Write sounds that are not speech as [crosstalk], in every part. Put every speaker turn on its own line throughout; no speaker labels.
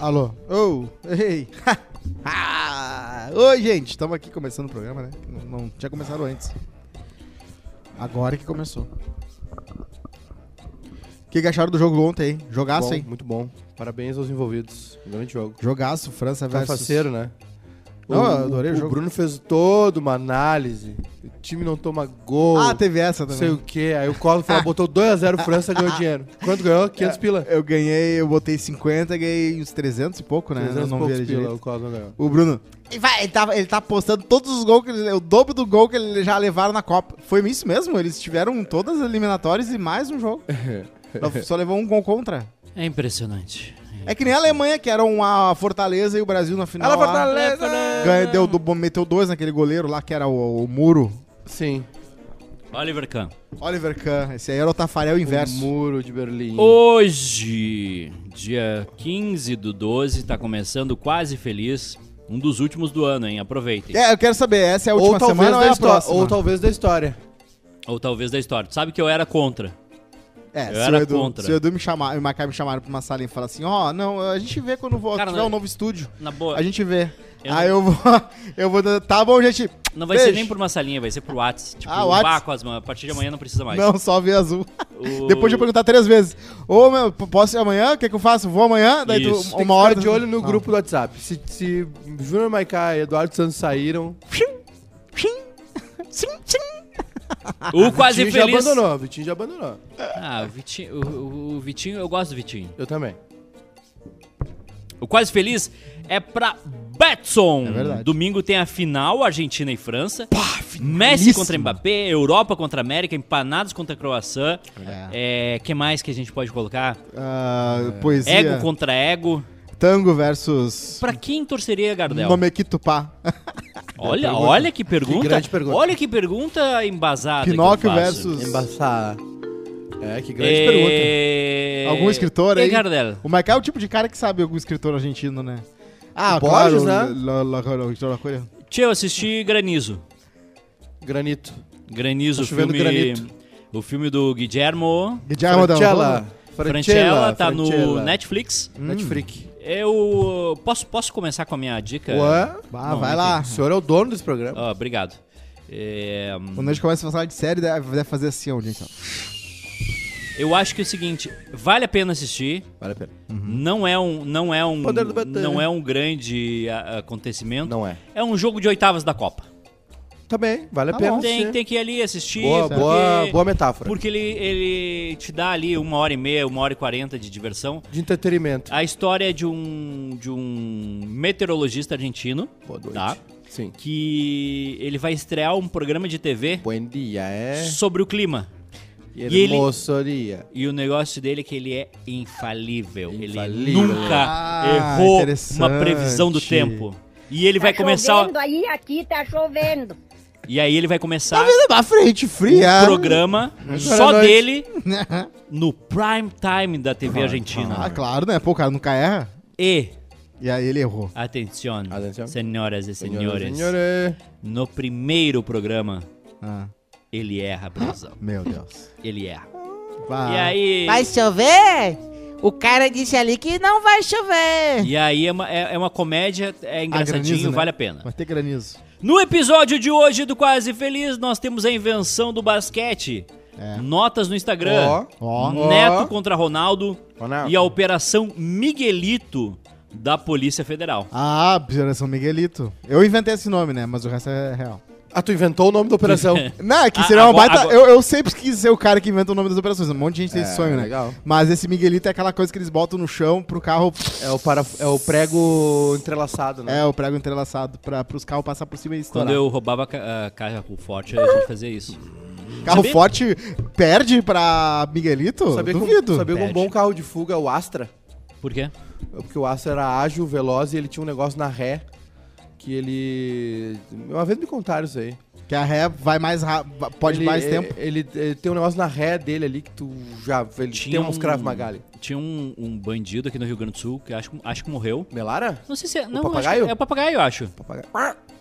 Alô. Ô, Oh, ei. [laughs] Ah, Oi, gente. Estamos aqui começando o programa, né? Não, não tinha começado antes. Agora que começou. O que, que acharam do jogo ontem, hein? Jogaço,
bom,
hein?
Muito bom. Parabéns aos envolvidos. Grande jogo.
Jogaço, França Tá versus...
Faceiro, né?
Não, eu adorei o jogo.
O Bruno fez toda uma análise. O time não toma gol.
Ah, teve essa
não
também.
sei o quê. Aí o Collor falou, botou
[laughs]
2x0 França, ganhou dinheiro. Quanto ganhou? 500 pila.
Eu ganhei, eu botei 50, ganhei uns 300 e pouco, né?
300
eu
e
não vi
poucos
ele
pila
direito.
o Collor ganhou.
O Bruno. Ele, vai, ele, tá, ele tá postando todos os gols que ele, O dobro do gol que ele já levaram na Copa. Foi isso mesmo? Eles tiveram todas as eliminatórias e mais
[laughs]
um jogo. Só- Só levou um gol contra.
É impressionante.
É que nem a Alemanha, que era uma Fortaleza e o Brasil na final. lá,
né?
ganha- deu, do- meteu dois naquele goleiro lá, que era o, o Muro.
Sim.
Oliver Kahn.
Oliver Kahn, esse aí era o Tafarel
O
inverso.
um muro de Berlim.
Hoje, dia 15 do 12, tá começando quase feliz. Um dos últimos do ano, hein? Aproveitem.
É, eu quero saber, essa é a
Ou
última
talvez,
semana ou
da
é a
histó-
próxima?
ou talvez da história.
Ou talvez da história. Tu sabe que eu era contra.
É,
Eu
se,
era
o Edu,
contra.
se o Edu me chamar, e o Macai me chamaram pra uma sala e falar assim, ó, não, a gente vê quando vo-
Cara, né?
tiver
não-
um novo estúdio.
Na boa,
A gente vê.
Eu
Aí eu vou. [laughs] Eu vou. dar- Tá bom, gente.
não vai ser
beijo.
nem por uma salinha, vai ser pro Whats. Tipo,
Ah,
um
Whats.
bar com as mãos. A partir de amanhã não precisa mais.
Não, só ver azul. [laughs]
O-
Depois de eu perguntar três vezes. Ô, meu, p- posso ir amanhã? O que, que eu faço? Vou amanhã? Daí
Isso.
Tem
tu,
que ficar
uma hora.
de olho no
Não.
grupo do WhatsApp. Se, se Júnior Maiká e Eduardo Santos saíram,
Ah.
O quase
Vitinho já
feliz.
abandonou. Vitinho já abandonou.
Ah, o Vitinho, o- o- o Vitinho, eu gosto do Vitinho.
Eu também.
O Quase Feliz é pra Betson.
É verdade.
Domingo tem a final, Argentina e França. Messi contra Mbappé, Europa contra América, empanados contra Croácia. É. que mais que a gente pode colocar?
Ah, poesia.
Ego contra ego.
Tango versus.
Pra quem torceria, Gardel?
Nomequitupá.
Olha, olha que pergunta.
Que grande pergunta.
Olha que pergunta embasada. que
Pinóquio
eu faço.
versus.
Embaçar. É, que grande pergunta.
É...
Algum escritor
E
aí?
Gardel?
O Macai é o tipo de cara que sabe algum escritor argentino, né? Ah,
O Borges, né?
né?
Tchê, eu assisti Granizo.
Granito.
Granizo,
Tá
o
chovendo
filme.
granito.
O filme do Guillermo.
Guillermo del Toro.
Franchella tá no Netflix.
Hum. Netflix.
Eu posso, posso começar com a minha dica?
Ué?
Ah,
Não,
vai
enfim.
lá.
O senhor é o dono desse programa.
Ah, obrigado. É, hum,
Quando a gente começa a falar de série, deve deve fazer assim,
[laughs]
audiência.
eu acho que é o seguinte, vale a pena assistir.
Vale a pena.
Não é um não é um
Uhum. Poder do Betânia.
não é um grande a- acontecimento.
Não é.
É um jogo de oitavas da Copa.
Também, vale a
Tá
pena.
bom.
Tem,
assistir.
tem que ir ali assistir.
Boa,
porque-
boa, boa metáfora.
Porque ele, ele te dá ali uma hora e meia, uma hora e quarenta de diversão.
De entretenimento.
A história é de um, de um meteorologista argentino.
Boa noite.
Tá?
Sim.
que ele vai estrear um programa de TV
Bom dia, é.
sobre o clima.
E
ele-
Hermoso dia.
E o negócio dele é que ele é infalível. Ele
Infalível.
nunca
Ah,
errou uma
interessante.
previsão do tempo. E ele vai
tá
começar.
chovendo aí, aqui tá chovendo.
E aí ele vai começar
Na frente, fria.
um programa
Agora
só
à noite.
dele no prime time da TV
Ah,
Argentina.
claro, né? Pô, o cara nunca erra.
E,
E aí ele errou.
atenção,
Atenção.
senhoras e senhores,
Senhores.
no primeiro programa
Ah,
ele erra a previsão.
meu Deus.
Ele erra.
Vai.
E aí.
Vai chover? O cara disse ali que não vai chover.
[laughs] E aí é uma, é, é uma comédia, é
Ah,
engraçadinho,
granizo, né?
vale a pena.
Vai ter granizo.
No episódio de hoje do Quase Feliz, nós temos a invenção do basquete.
É.
Notas no Instagram.
Ó.
Neto
Ó.
contra Ronaldo.
Ronaldo.
E a Operação Miguelito da Polícia Federal.
Ah, Operação Miguelito. Eu inventei esse nome, né? Mas o resto é real.
Ah, tu inventou o nome da operação.
Não, é que
Ah,
seria uma
agora-
baita.
agora-
Eu, eu sempre quis ser o cara que inventa o nome das operações. Um monte de gente tem esse
É,
sonho, né?
legal.
Mas esse Miguelito é aquela coisa que eles botam no chão pro carro.
é, o para... é o prego entrelaçado, né?
É, o prego entrelaçado pra, pros carros passar por cima e estourar.
Quando eu roubava ca- a carro forte, a gente fazia isso.
Carro
Sabia?
forte perde pra Miguelito?
Sabia
Duvido.
Com, sabia com um
Pede.
bom carro de fuga, o Astra.
Por quê?
Porque o Astra era ágil, veloz e ele tinha um negócio na ré que ele. Uma vez me contaram isso aí.
Que a ré vai mais rápido, pode
ele,
mais
é-
tempo.
Ele, ele tem um negócio na ré dele ali que tu já. Ele
Tinha
tem uns
um-
cravos magali.
Tinha um, um bandido aqui no Rio Grande do Sul, que acho, que- acho que morreu.
Melara?
Não sei se é. Não, acho que
papagaio?
é o papagaio, eu acho.
Papagaio.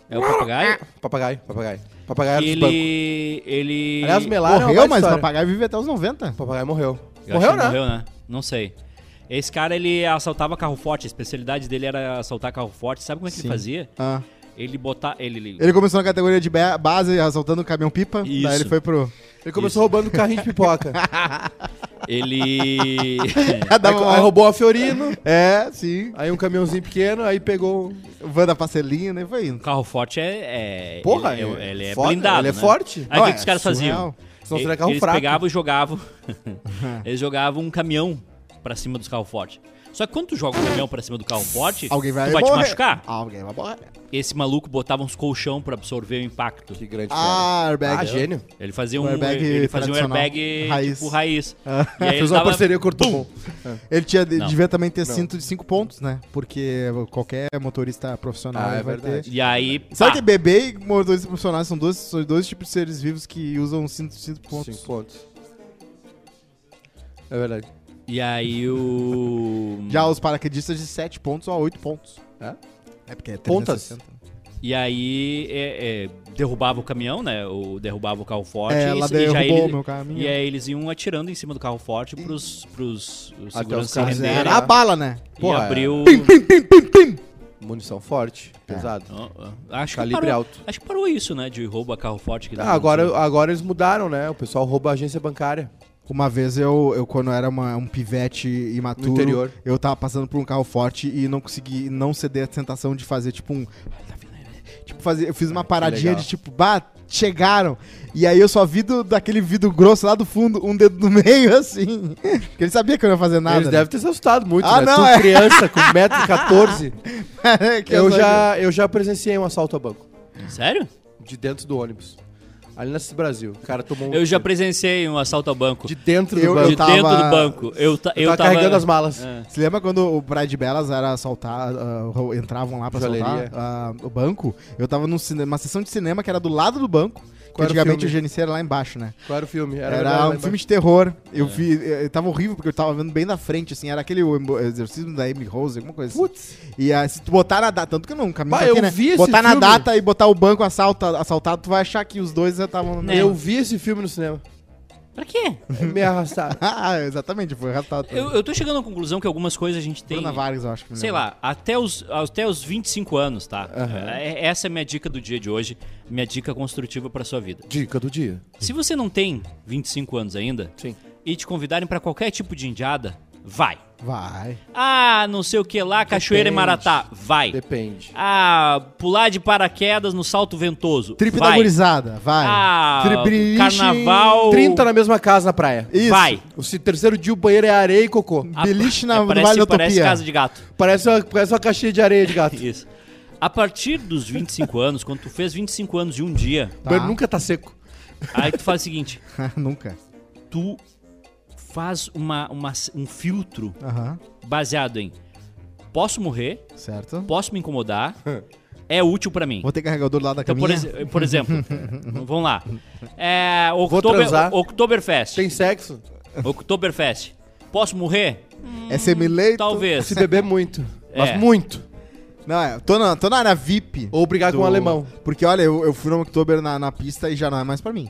É o papagaio.
Papagaio, papagaio. Papagaio
Que
dos bancos.
ele. Ele.
Aliás, Melara é uma
Morreu,
baita
mas o
história.
papagaio vive até os 90.
Papagaio morreu.
Eu acho
morreu,
que
né?
Morreu, né? Não sei. Esse cara, ele assaltava carro forte. A especialidade dele era assaltar carro forte. Sabe como é que
Sim.
ele fazia?
Ah.
Ele botar... Ele, ele-
Ele começou na categoria de ba- base, assaltando o caminhão-pipa.
Isso.
Daí ele foi pro...
Ele começou roubando o carrinho de
[laughs]
pipoca.
ele...
aí, [laughs]
É.
Dava uma-
aí roubou a Fiorino,
um É, sim.
aí um caminhãozinho pequeno, aí pegou. um-
O Van da Pacelina e foi indo.
carro forte é... é-
Porra,
ele,
é
é, ele é
foda,
blindado,
ele é
né?
forte.
Aí
Não,
o que,
é
que os caras
surreal.
faziam?
Senão
E-
será carro
Eles
fraco.
pegavam
[laughs]
e jogavam... eles jogavam um caminhão pra cima dos carros fortes. Só que quando tu joga um caminhão pra cima do carro forte,
Alguém vai,
tu vai te
morrer. Ah,
machucar. Ah,
Alguém vai morrer.
Esse maluco botava uns colchão pra absorver o impacto.
Que grande fera.
Ah,
Ah,
airbag. [laughs]
gênio.
Ele fazia
Um
um,
airbag
ele fazia um
tradicional.
airbag
Raiz.
tipo raiz. E aí
Ah, [laughs] Fez
ele
uma
dava-
parceria curto bom.
É. Ele tinha,
Não.
devia também ter cinto de 5 pontos, né? Porque qualquer motorista profissional
Ah, é
vai ter.
verdade.
E aí,
Sabe
pá,
que bebê e motorista profissional são dois, são dois tipos de seres vivos que usam cinto de 5 pontos.
Cinco pontos. É verdade.
e aí o
Já os paraquedistas de 7 pontos ou 8 pontos.
É?
É porque é
Pontas?
360.
e aí é, é, derrubava o caminhão, né? O derrubava o carro forte
É,
e,
ela
e já
derrubou o
ele-
meu caminho.
é
e aí eles iam atirando em cima do carro forte pros pros
Até
os
os
seguranças se
carros Ah,
renderem
Era a bala, né?
e
Porra, é.
abriu [laughs]
Munição forte,
É.
pesado.
Ó, ó, é. acho que
Calibre
parou,
alto.
Acho que parou isso, né, de roubo a carro forte que eles
Ah,
não
agora,
tinham.
agora eles mudaram, né? O pessoal rouba a agência bancária.
Uma vez eu, eu quando eu era uma- um pivete imaturo,
No interior.
eu tava passando por um carro forte e não consegui não ceder a tentação de fazer tipo um. Tipo, fazer, eu fiz uma paradinha
legal.
de tipo, bah, chegaram. E aí eu só vi do, daquele vidro grosso lá do fundo, um dedo no [laughs] meio, assim. Porque ele sabia que eu não ia fazer nada.
eles
né?
devem ter se assustado muito,
Ah,
né?
não,
tu,
é.
criança com
[laughs]
1,14m.
né? Que
eu,
só-
já, eu já presenciei um assalto a banco.
Sério?
De dentro do ônibus. Ali nesse Brasil. O cara tomou um.
Eu já
tiro.
presenciei um assalto ao banco.
De dentro do
Eu-
banco.
de
tava-
dentro do banco. Eu, ta-
Eu
eu
tava,
tava. É.
carregando as malas.
Você lembra quando o Praia de Belas era assaltar, ah, ro- entravam lá pra
Joalheria.
assaltar ah, o banco? Eu tava num cinema, uma sessão de cinema que era do lado do banco. Que
Qual era o
antigamente o
filme?
GNC era lá embaixo, né?
Qual era o filme?
Era,
verdade, né?
um
lá
filme
embaixo. É.
de terror. Eu vi. eh, Tava horrível, porque eu tava vendo bem na frente, assim. Era aquele o embo- exorcismo da Amy Rose, alguma coisa assim.
Putz.
E ah, se tu botar na data. Tanto que eu não caminho
Bah,
tá aqui,
eu
né?
vi esse
botar na
filme.
data e botar o banco assalta, assaltado, tu vai achar que os dois já estavam no
Né?
mesmo. [laughs]
Eu vi esse filme no cinema. É
Pra quê?
Me
[laughs]
arrastaram.
ah, exatamente, foi arrastado.
Eu, eu tô chegando à conclusão que algumas coisas a gente tem.
Bruna Vargas, eu acho que me
Sei
lembrou.
lá, até os, até os 25 anos, tá? É- Essa é a minha dica do dia de hoje, minha dica construtiva pra sua vida.
Dica do dia.
Se você não tem 25 anos ainda
Sim.
e te convidarem pra qualquer tipo de indiada, vai.
Vai.
Ah, não sei o que lá, cachoeira e
Depende.
maratá, vai.
Depende.
Ah, pular de paraquedas no salto ventoso,
Trip da
vai.
gurizada, vai.
Ah,
Tribriche.
carnaval,
30 na mesma casa na praia.
Isso.
vai.
O se- terceiro dia o banheiro é areia e cocô.
Ah,
Beliche na-
é,
no
parece,
Vale da
parece
Utopia. [laughs]
casa de gato.
Parece uma, parece uma caixinha de areia de gato.
Isso. A partir dos 25 anos, quando tu fez 25 anos e um dia,
O banheiro nunca tá seco.
aí tu faz o seguinte:
Ah, Nunca.
tu faz uma, uma- um filtro
Aham,
baseado em posso morrer,
certo.
posso
[laughs]
me incomodar, é útil pra mim.
Vou ter carregador lá da
Então, por,
caminha.
exe- por
[laughs]
exemplo, vamos lá. É,
transar.
October, Oktoberfest.
Tem sexo?
Oktoberfest. Posso morrer?
É semi-leito.
Talvez.
Se beber muito.
É.
Mas muito.
Não, é, tô na, tô na área VIP.
Ou brigar com um
do-
alemão.
Porque, olha, eu, eu fui no Oktober na, na pista e já não é mais pra mim.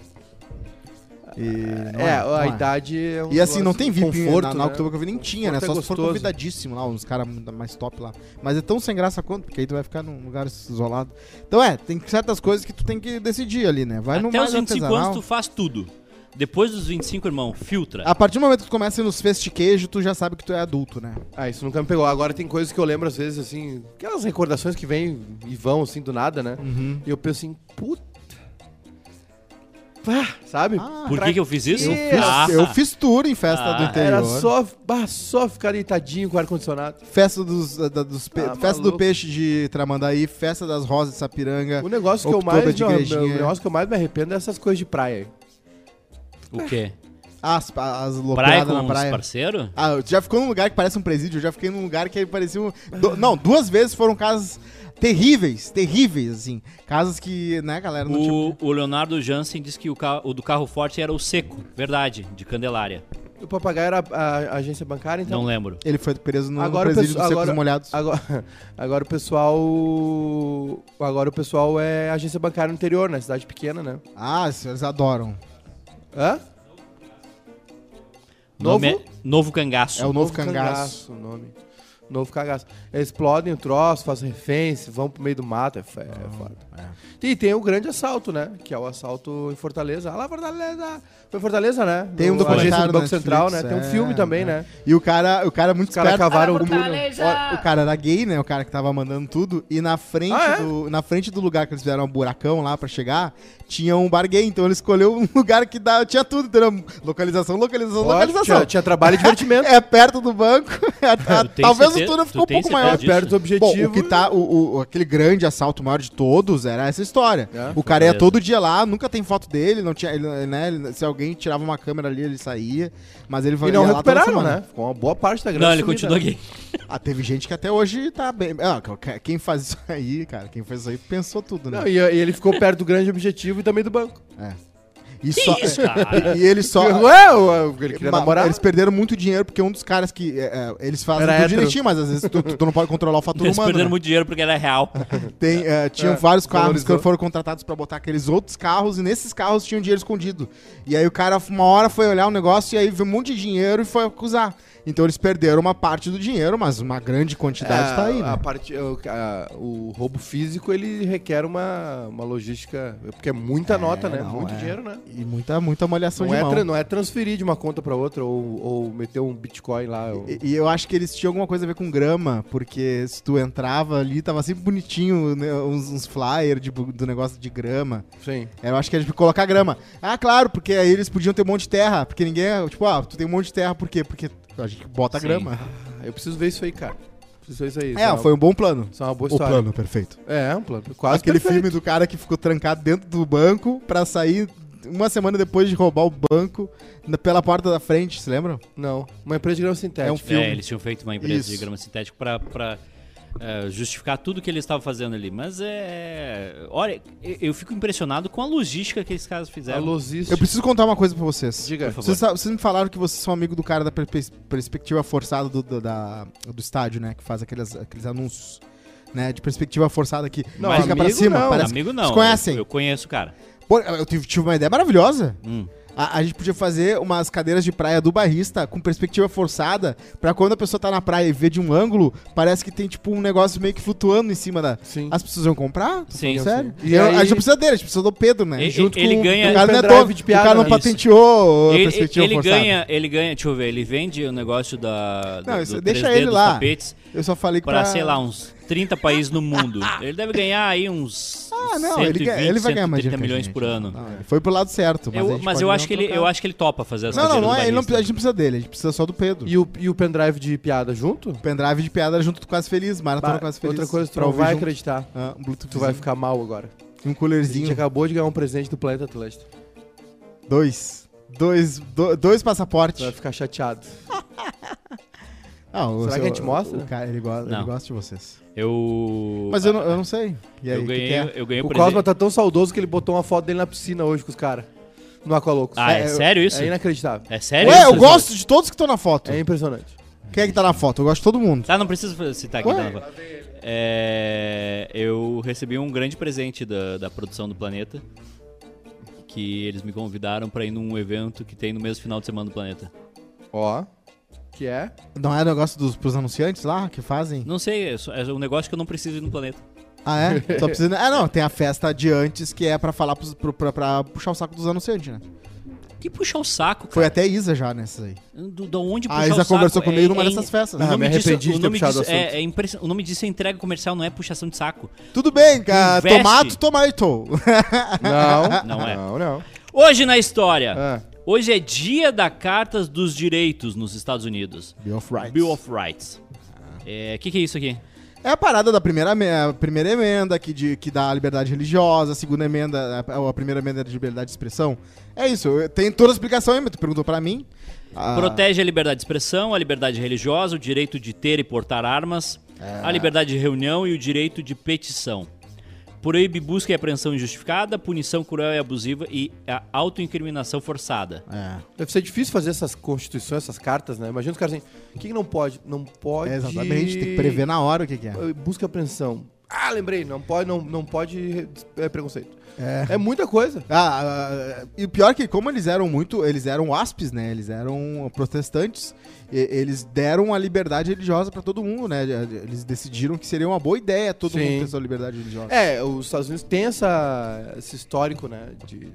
E não
É,
não
a idade é um
E assim, não
negócio-
tem VIP
conforto,
na,
né?
na Oktober que eu vi, nem tinha, né?
Conforto
Só
é
se for
gostoso.
convidadíssimo lá, uns caras mais top lá. Mas é tão sem graça quanto, porque aí tu vai ficar num lugar isolado. Então é, tem certas coisas que tu tem que decidir ali, né? Vai no
Até
mais
os 25
artesanal.
anos tu faz tudo. Depois dos 25, irmão, filtra.
A partir do momento que tu começa a ir nos festiqueijo, tu já sabe que tu é adulto, né?
Ah, isso nunca me pegou. Agora tem coisas que eu lembro às vezes, assim, aquelas recordações que vêm e vão, assim, do nada, né?
Uhum.
E eu penso assim, puta. Pá, sabe?
Ah,
Por
pra
que, que eu fiz isso?
quê? Eu
Ah,
Eu fiz tour em festa
Ah,
do interior.
Era só, bah, só ficar deitadinho com o ar-condicionado.
Festa, dos, da- dos pe-
Ah,
festa do
maluco.
peixe de Tramandaí, festa das rosas de Sapiranga.
O negócio que eu
Outubro
mais.
de
me-
igrejinha.
o negócio que eu mais me arrependo é essas coisas de praia.
O quê?
As, as
Praia
loucuradas
com
na
os
praia.
parceiros?
Ah, tu já ficou num lugar que parece um presídio, eu já fiquei num lugar que parecia um. do- não, duas vezes foram casas terríveis, terríveis, assim. Casas que, né, galera, não tinha.
O, o Leonardo Jansen disse que o, ca- o do carro forte era o seco, verdade, de Candelária.
O papagaio era a, a agência bancária, então.
Não lembro.
Ele foi preso no, no
Agora o
presídio
pessoal-
dos secos
agora-
molhados.
Agora, [laughs] agora o pessoal. Agora o pessoal é agência bancária no interior, na cidade né? pequena, né?
Ah, eles adoram.
Hã?
Nome
Novo?
é- Novo cangaço.
É o novo cangaço.
o nome. Novo cagaço. Eles explodem o troço, fazem reféns, vão pro meio do mato. É, fo- é
Ah,
foda.
é.
E tem o grande assalto, né? Que é o assalto em Fortaleza. Ah lá, Fortaleza! Foi Fortaleza, né?
Tem um
Do- agência
documentário
do Banco
na
Central, né?
Netflix,
Tem um
é,
filme também,
é.
né?
E o cara, o cara muito
Os caras
esperto.
cavaram o túnel.
O, o cara era gay, né? O cara que tava mandando tudo. E na frente,
Ah, é?
do, na frente do lugar que eles fizeram um buracão lá pra chegar, tinha um bar gay. Então ele escolheu um [laughs] lugar que dá, tinha tudo, entendeu? Localização, localização,
Ótimo,
localização.
tinha, tinha trabalho e [laughs] divertimento.
É perto do banco. [laughs]
Tu tem
Talvez
certeza-
o túnel ficou um
tu tem
pouco maior.
certeza disso?
do
Bom, o que tá, o, o- aquele grande assalto maior de todos era essa história.
É?
o cara ia
Beleza.
todo dia lá, nunca tem foto dele, não tinha, ele, né, ele- se alguém tirava uma câmera ali, ele saía, mas ele
E
ia
não
lá toda
recuperaram,
semana.
né? Ficou uma boa parte da grana.
Não, ele
sumida.
continua gay.
Ah, teve gente que até hoje tá bem. Ah, que- quem faz isso aí, cara, quem fez isso aí pensou tudo, né?
Não, e, e ele ficou perto do grande objetivo e também do banco.
e
Que
só [laughs]
isso, cara?
e ele
Então,
só
Ué, ué, ele queria
Ma-
namorar.
Eles perderam muito dinheiro porque um dos caras que é, é, eles fazem
Era
tudo
hétero.
direitinho, mas às vezes tu, tu- tu não pode controlar o fator
Eles
humano.
perderam
né?
muito dinheiro porque
[laughs]
era real.
Tem, eh, tinham
É,
vários carros
valorizou.
que foram contratados pra botar aqueles outros carros e nesses carros tinham dinheiro escondido. E aí o cara, uma hora, foi olhar o negócio e aí viu um monte de dinheiro e foi acusar. Então eles perderam uma parte do dinheiro, mas uma grande quantidade
É,
tá aí,
a
né?
parte, o, a- o roubo físico, ele requer uma, uma logística, porque é muita nota, né?
não,
Muito
é.
dinheiro, né?
E muita, muita molhação
Não
de
é,
mão.
tra- não é transferir de uma conta pra outra ou, ou meter um Bitcoin lá. ou-
E, e eu acho que eles tinham alguma coisa a ver com grama, porque se tu entrava ali, tava sempre bonitinho, né, uns, uns flyers de bu- do negócio de grama.
Sim.
Eu acho que era de colocar grama. Ah, claro, porque aí eles podiam ter um monte de terra, porque ninguém, tipo, ah, tu tem um monte de terra, por quê? Porque a gente bota
Sim.
grama.
Ah, Eu preciso ver isso aí, cara. Preciso ver isso aí.
É, foi um bom plano.
Isso é uma boa
O
história.
plano perfeito.
É, um plano. Quase
Aquele
perfeito.
filme do cara que ficou trancado dentro do banco pra sair uma semana depois de roubar o banco na- pela porta da frente, se lembram?
Não, uma empresa de grama sintética.
É um filme.
É, eles tinham feito uma empresa de
Isso.
grama sintético pra, pra eh, justificar tudo que eles estavam fazendo ali. Mas é. Olha, eu, eu fico impressionado com a logística que esses caras
A
fizeram.
logística.
Eu preciso contar uma coisa pra vocês.
Diga.
Por favor.
Vocês, sa- vocês me falaram que vocês são amigo do cara da perpe- perspectiva forçada do, do, da- do estádio, né? Que faz aqueles, aqueles anúncios, né? De perspectiva forçada aqui.
Não,
Fica pra
amigo
cima,
não.
parece
Amigo
que-
não.
Vocês conhecem?
Eu, eu conheço o cara.
Pô, eu tive, tive uma ideia maravilhosa.
Hum.
A, a gente podia fazer umas cadeiras de praia do barrista com perspectiva forçada, pra quando a pessoa tá na praia e vê de um ângulo, parece que tem tipo um negócio meio que flutuando em cima da.
Sim.
As pessoas vão comprar?
Sim.
Sério?
Sim.
E eu-
E aí-
a gente não precisa dele, a gente precisa do Pedro, né?
E- ele ganha-
O cara não é
pendrive
dono,
de piada,
o cara não
né?
patenteou a
Ele,
perspectiva
ele
forçada.
ganha, ele ganha, deixa eu ver, ele vende o negócio da. do-
Não, isso-
do
deixa
3D
ele
dos
lá.
tapetes
Eu só falei que
pra, sei lá, um uns
[laughs]
30 países no mundo. Ele deve ganhar aí uns.
Ah, não, ele, ganha- ele vai ganhar mais dinheiro. que
130
a
milhões
gente,
por
né?
ano.
Não, ele foi pro lado certo. Mas,
Eu-
a
Mas,
gente pode
eu,
dar
acho
uma
que ele, eu
trocada.
acho que ele topa fazer essa
Não, não, não, é- ele não, precisa- a gente não precisa dele, a gente precisa só do Pedro.
E o, e o pendrive de piada junto?
O pendrive de piada junto do Quase Feliz, Maratona
Bah,
Quase Feliz.
Outra coisa, tu
pra
não
ouvir
vai
junto.
acreditar.
Ah, um Bluetooth.
Tu vai ficar mal agora.
E um
A gente
coolerzinho.
acabou de ganhar um presente do Planeta Atlântico.
Dois. Dois, do- dois passaportes.
Tu vai ficar chateado.
Ah, o
Será que a gente
o-
mostra?
o cara, ele, gosta, ele
Não.
gosta de vocês.
Eu.
Mas eu, não- eu não sei. E aí,
eu
o que
ganhei,
que é?
eu ganhei
O
um presente-
Cosma tá tão saudoso que ele botou uma foto dele na piscina hoje com os caras. No Aqualocos.
Ah, é, sério isso?
É inacreditável.
É sério
tá- Ué,
isso?
eu gosto de todos que estão na foto.
É impressionante.
Quem é que tá na foto? Eu gosto de todo mundo.
Tá, não precisa citar aqui.
Ué.
Dona Vá. É, eu recebi um grande presente da, da produção do Planeta. Que eles me convidaram pra ir num evento que tem no mesmo final de semana do Planeta.
Ó. Que é?
Não é o negócio dos pros anunciantes lá que fazem?
Não sei, é, só- é um negócio que eu não preciso ir no Planeta.
Ah, é? Só precisa... Ah, não. Tem a festa de antes que é pra falar pros, pro, pra, pra puxar o saco dos anunciantes, né?
Que puxar o saco, cara.
Foi até Isa já nessas aí.
Do, da onde puxar
A Isa
o saco?
conversou comigo numa
é,
dessas festas.
O
Ah,
nome
me
disso-
arrependi de
o
ter
nome
puxado o
disso- é,
assunto.
é impressa- O nome disso é entrega comercial, não é puxação de saco.
Tudo bem, cara. Tomato,
Investe.
tomato.
Não.
Não é.
Não, não.
Hoje na história.
Ah,
Hoje é dia da Carta dos Direitos nos Estados Unidos.
Bill of Rights. Ah.
Bill of Rights. O que, que é isso aqui?
É a parada da primeira, me- a primeira emenda, que, de- que dá a liberdade religiosa, a segunda emenda, a, a primeira emenda de liberdade de expressão. É isso, eu- tem toda a explicação aí, mas tu perguntou pra mim. Ah,
Protege a liberdade de expressão, a liberdade religiosa, o direito de ter e portar armas,
Ah.
a liberdade de reunião e o direito de petição. Proíbe busca e apreensão injustificada, punição cruel e abusiva e a autoincriminação forçada.
é.
Deve ser difícil fazer essas constituições, essas cartas, né? Imagina os caras assim. O que, que não pode? Não pode.
né?
É, exatamente, tem que prever na hora o que, que é.
Busca e apreensão. Ah, lembrei, não pode, não, não pode é, preconceito. É. muita coisa.
Ah, ah, e o pior é que como eles eram muito, eles eram aspes, né? Eles eram protestantes. e- eles deram a liberdade religiosa pra todo mundo, né? Eles decidiram que seria uma boa ideia todo
Sim.
mundo ter sua liberdade religiosa.
É, os Estados Unidos tem essa, esse histórico, né? De.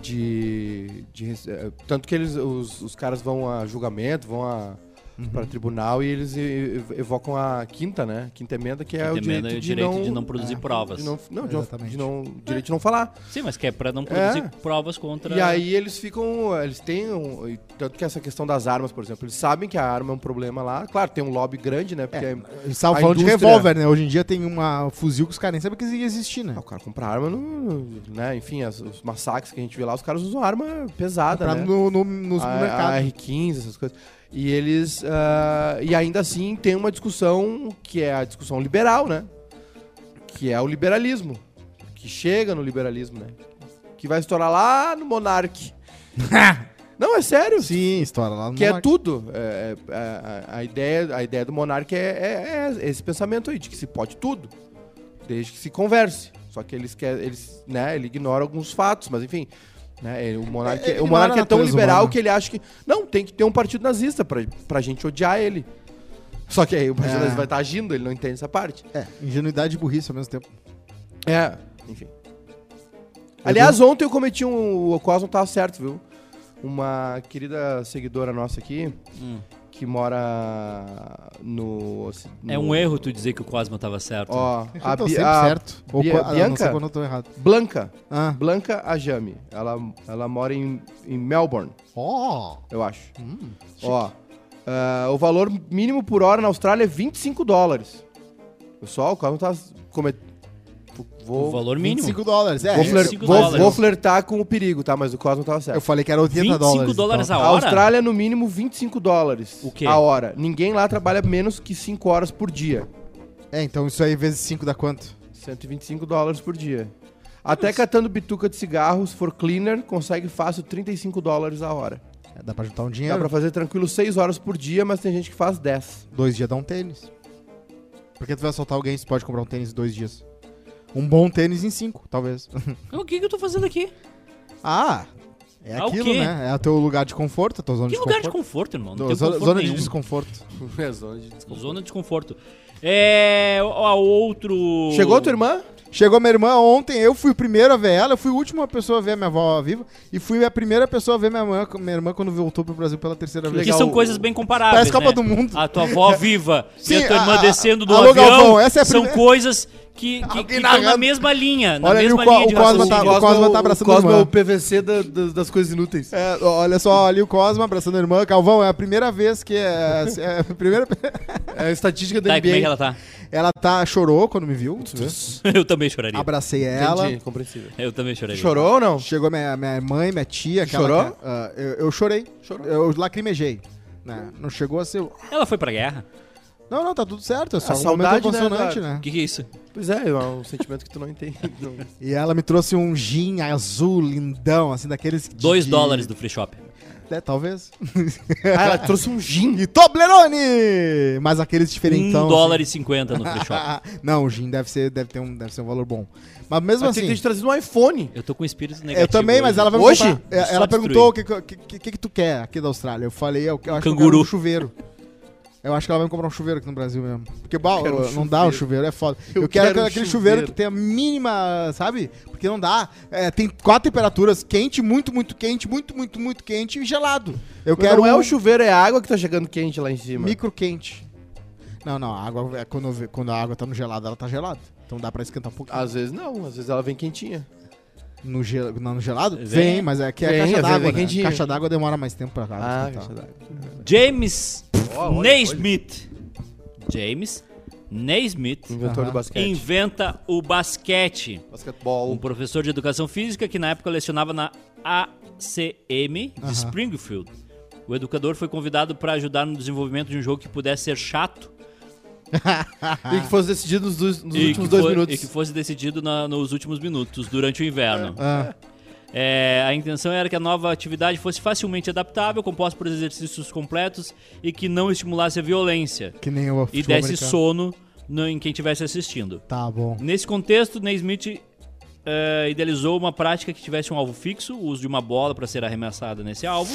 de, de res- é, tanto que eles, os, os caras vão a julgamento, vão a.
Uhum.
Para tribunal e eles e- e- evocam a quinta, né? Quinta emenda, que é o
Quinta
direito,
emenda é
de,
o direito
não,
de não produzir provas.
de não, não, de não-
Exatamente.
de não- direito de não falar.
Sim, mas que é pra não produzir
É.
provas contra.
E aí eles ficam. Eles têm. um- e tanto que essa questão das armas, por exemplo, eles sabem que a arma é um problema lá. Claro, tem um lobby grande, né? Porque é,
Eles estavam
a
falando de
indústria-
revólver, né? Hoje em dia tem uma fuzil que os caras nem sabem que ia existir, né?
Ah, o cara compra arma no. Né? Enfim, as- os massacres que a gente vê lá, os caras usam arma pesada,
Pra
né?
no, no, no
A-
supermercado.
a R15, essas coisas. E eles. ah, e ainda assim tem uma discussão que é a discussão liberal, né? Que é o liberalismo. Que chega no liberalismo, né? Que vai estourar lá no Monark. Não, é sério?
Sim, história lá no
Que é
Monarca.
tudo. É, é, a- a, a ideia, a ideia do monarca é, é- é esse pensamento aí, de que se pode tudo, desde que se converse. Só que eles quer, eles, né, ele ignora alguns fatos, mas enfim. Né, ele- o monarca,
É, ele
o monarca
ignora
é
a
tão
natureza
liberal
humana.
que ele acha que. Não, tem que ter um partido nazista pra, pra gente odiar ele. Só que aí o partido
É.
nazista vai estar agindo, ele não entende essa parte.
É, ingenuidade e burrice ao mesmo tempo.
É, enfim. Aliás, ontem eu cometi um. O Cosmo tava certo, viu? Uma querida seguidora nossa aqui,
Hum.
que mora no.
É um erro tu dizer que o Cosma tava certo.
Ó, a,
eu tô
Bi-
sempre
a
certo. Ou
Bia-
qua- ah, não sei
Bianca?
quando eu tô errado.
Blanca.
Ah.
Blanca Ajami. Ela, ela mora em, em Melbourne,
Ó.
eu acho.
Hum,
Ó. ah, o valor mínimo por hora na Austrália é 25 dólares. Pessoal, o Cosmo tá. Comet... Vou,
o valor mínimo.
25 dólares. É,
vou, flir-
25
vou-
dólares.
vou flertar com o perigo, tá? Mas o Cosmo tava certo.
eu falei que era 80
25
dólares. então.
dólares a
A
hora?
Austrália, no mínimo, 25 dólares
O quê?
a hora. Ninguém lá trabalha menos que 5 horas por dia.
É, então isso aí vezes 5 dá quanto?
125 dólares por dia. Até catando bituca de cigarro, se for cleaner, consegue fácil 35 dólares a hora.
É, dá pra juntar um
Dá
dinheiro.
pra fazer tranquilo 6 horas por dia, mas tem gente que faz 10.
Dois dias dá um tênis. Porque tu vai soltar alguém, você pode comprar um tênis em dois dias. Um bom tênis em cinco, talvez. [laughs]
O que, que eu tô fazendo aqui?
ah, é
Ah, o
aquilo,
quê?
né? É o teu lugar de conforto, a tua zona
Que
de
lugar de
conforto.
conforto, irmão? Não
Do-
tem
zona
conforto
zona de
nenhum.
desconforto.
é zona de desconforto.
Zona de desconforto. É. Ó, outro.
Chegou a tua irmã?
Chegou minha irmã ontem, eu fui o primeiro a ver ela, eu fui a última pessoa a ver a minha avó viva e fui a primeira pessoa a ver minha, irmã, minha irmã quando voltou pro Brasil pela terceira
Que
vez.
Que
legal.
são coisas bem comparáveis.
Parece Copa
né?
do Mundo.
A tua avó viva
Sim,
e a tua irmã
a- a-
descendo do
alô,
avião
Galvão, essa é a
são
primeira-
coisas que, que,
Alguém
que estão na
narrando.
mesma linha. Na
Olha ali,
mesma
o Co-
linha de
o Cosma tá-
raciocínio.
o Cosma tá abraçando a
Cosmo
irmã.
é o PVC da- da- das coisas inúteis.
É, ó, olha só, ali o Cosma abraçando a irmã. Calvão, é a primeira vez que é. é a primeira... [laughs]
É a estatística da
Tá, e como é que
NBA.
ela tá?
Ela tá, chorou quando me viu. tu vê?
[laughs] Eu também choraria.
Abracei ela.
Entendi, compreensível.
Eu também choraria.
Chorou ou não?
Chegou minha, minha mãe, minha tia. aquela
Chorou?
que- ah, eu, eu chorei. Eu lacrimejei. né? Não chegou a ser.
Ela foi pra guerra?
Não, não, tá tudo certo. É só
A
um
saudade,
momento
né,
emocionante,
da-
né?
O que, que é isso?
Pois é, é um sentimento que tu não entende. Não.
E ela me trouxe um gin azul lindão, assim, daqueles. de-
2
de-
dólares do free shop.
É, talvez.
[laughs]
[laughs]
Ah, ela trouxe um gin.
e Toblerone! Mas aqueles diferentão.
1 dólar e 50 no free shop.
assim. não, o gin deve, ser, deve, ter um, deve ser um valor bom. Mas mesmo
Mas
assim.
tinha que ter trazido um iPhone.
Eu tô com espírito negativo.
[laughs] Eu também, mas ela vai me
Hoje?
comprar- é,
Só
Ela
destruir.
perguntou o que, que, que, que tu quer aqui da Austrália. Eu falei, eu, eu acho que eu quero
Canguru.
um chuveiro. Eu acho que ela vai me comprar um chuveiro aqui no Brasil mesmo. Porque bah,
quero um
não dá
chuveiro.
o chuveiro, é foda. Eu,
Eu
quero,
quero um
aquele
chuveiro.
chuveiro que tem a mínima, sabe? Porque não dá. É, tem quatro temperaturas: quente, muito, muito quente, muito, muito, muito quente e gelado. Eu
Mas
quero
não é
um
o chuveiro, é a água que tá chegando quente lá em cima.
micro quente. Não, não, a água, é quando, eu- quando a água tá no gelado, ela tá gelada. Então dá pra esquentar um pouquinho.
Às vezes não, às vezes ela vem quentinha.
No, gel, não, no gelado?
Vem.
Vem, mas é que é
Vem,
a Ah,
vem,
caixa d'água.
vem
Né?
quentinho.
Caixa d'água demora mais tempo pra cá.
d'água.
James
Ó, olha,
Naismith. James Naismith
Inventor do
Aham.
basquete.
inventa o basquete. Um
Basquetebol.
professor de educação física que na época lecionava na ACM de
Aham.
Springfield. O educador foi convidado para ajudar no desenvolvimento de um jogo que pudesse ser chato
E que fosse decidido nos, dois- nos
e
últimos
que
dois
fo-
minutos.
e que fosse decidido na- nos últimos minutos, durante o inverno. É, a intenção era que a nova atividade fosse facilmente adaptável, composta por exercícios completos e que não estimulasse a violência
Que nem o
e
futebol
desse
americano.
sono no- em quem estivesse assistindo.
Tá bom.
Nesse contexto, Naismith eh, idealizou uma prática que tivesse um alvo fixo, o uso de uma bola para ser arremessada nesse alvo,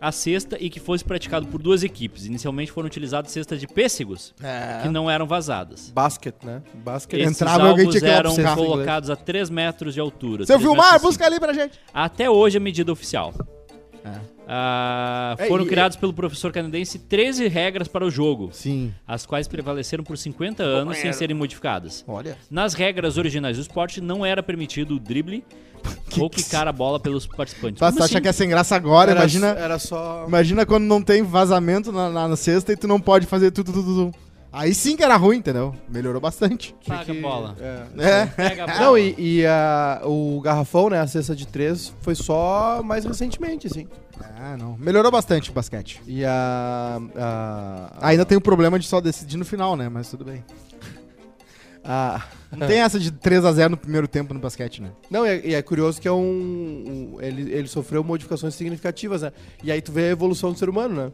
a cesta, e que fosse praticado por duas equipes. Inicialmente foram utilizadas cestas de pêssegos,
É.
que não eram vazadas.
Basket, né? Basket.
Esse-
Esses
Entrava e alguém
alvos
tinha que ir lá
eram
pro né? centro
colocados a 3 metros de altura.
Seu
3
Vilmar,
metros e
busca ali pra gente.
até hoje a medida oficial. Ah,
É,
foram
e-
criados pelo professor canadense 13 regras para o jogo,
Sim.
as quais prevaleceram por 50 anos sem serem modificadas.
Olha.
Nas regras originais do esporte, não era permitido
[laughs]
o drible ou quicar a bola pelos participantes.
Tá,
Como
tu acha
assim?
que é sem graça agora?
era,
imagina,
era só.
imagina quando não tem vazamento na, na, na cesta e tu não pode fazer tudo, tudo, tudo. Aí sim que era ruim, entendeu? Melhorou bastante.
Paga a bola.
É.
É.
Pega a bola.
Não, e, e a- o garrafão, né? A cesta de três foi só mais recentemente, assim.
Ah, não. Melhorou bastante o basquete.
E a. a-
Ainda tem o problema de só decidir no final, né? Mas tudo bem.
a-
Não tem essa de 3x0 no primeiro tempo no basquete, né?
Não, e é, e é curioso que é um. um- ele, ele sofreu modificações significativas, né? E aí tu vê a evolução do ser humano, né?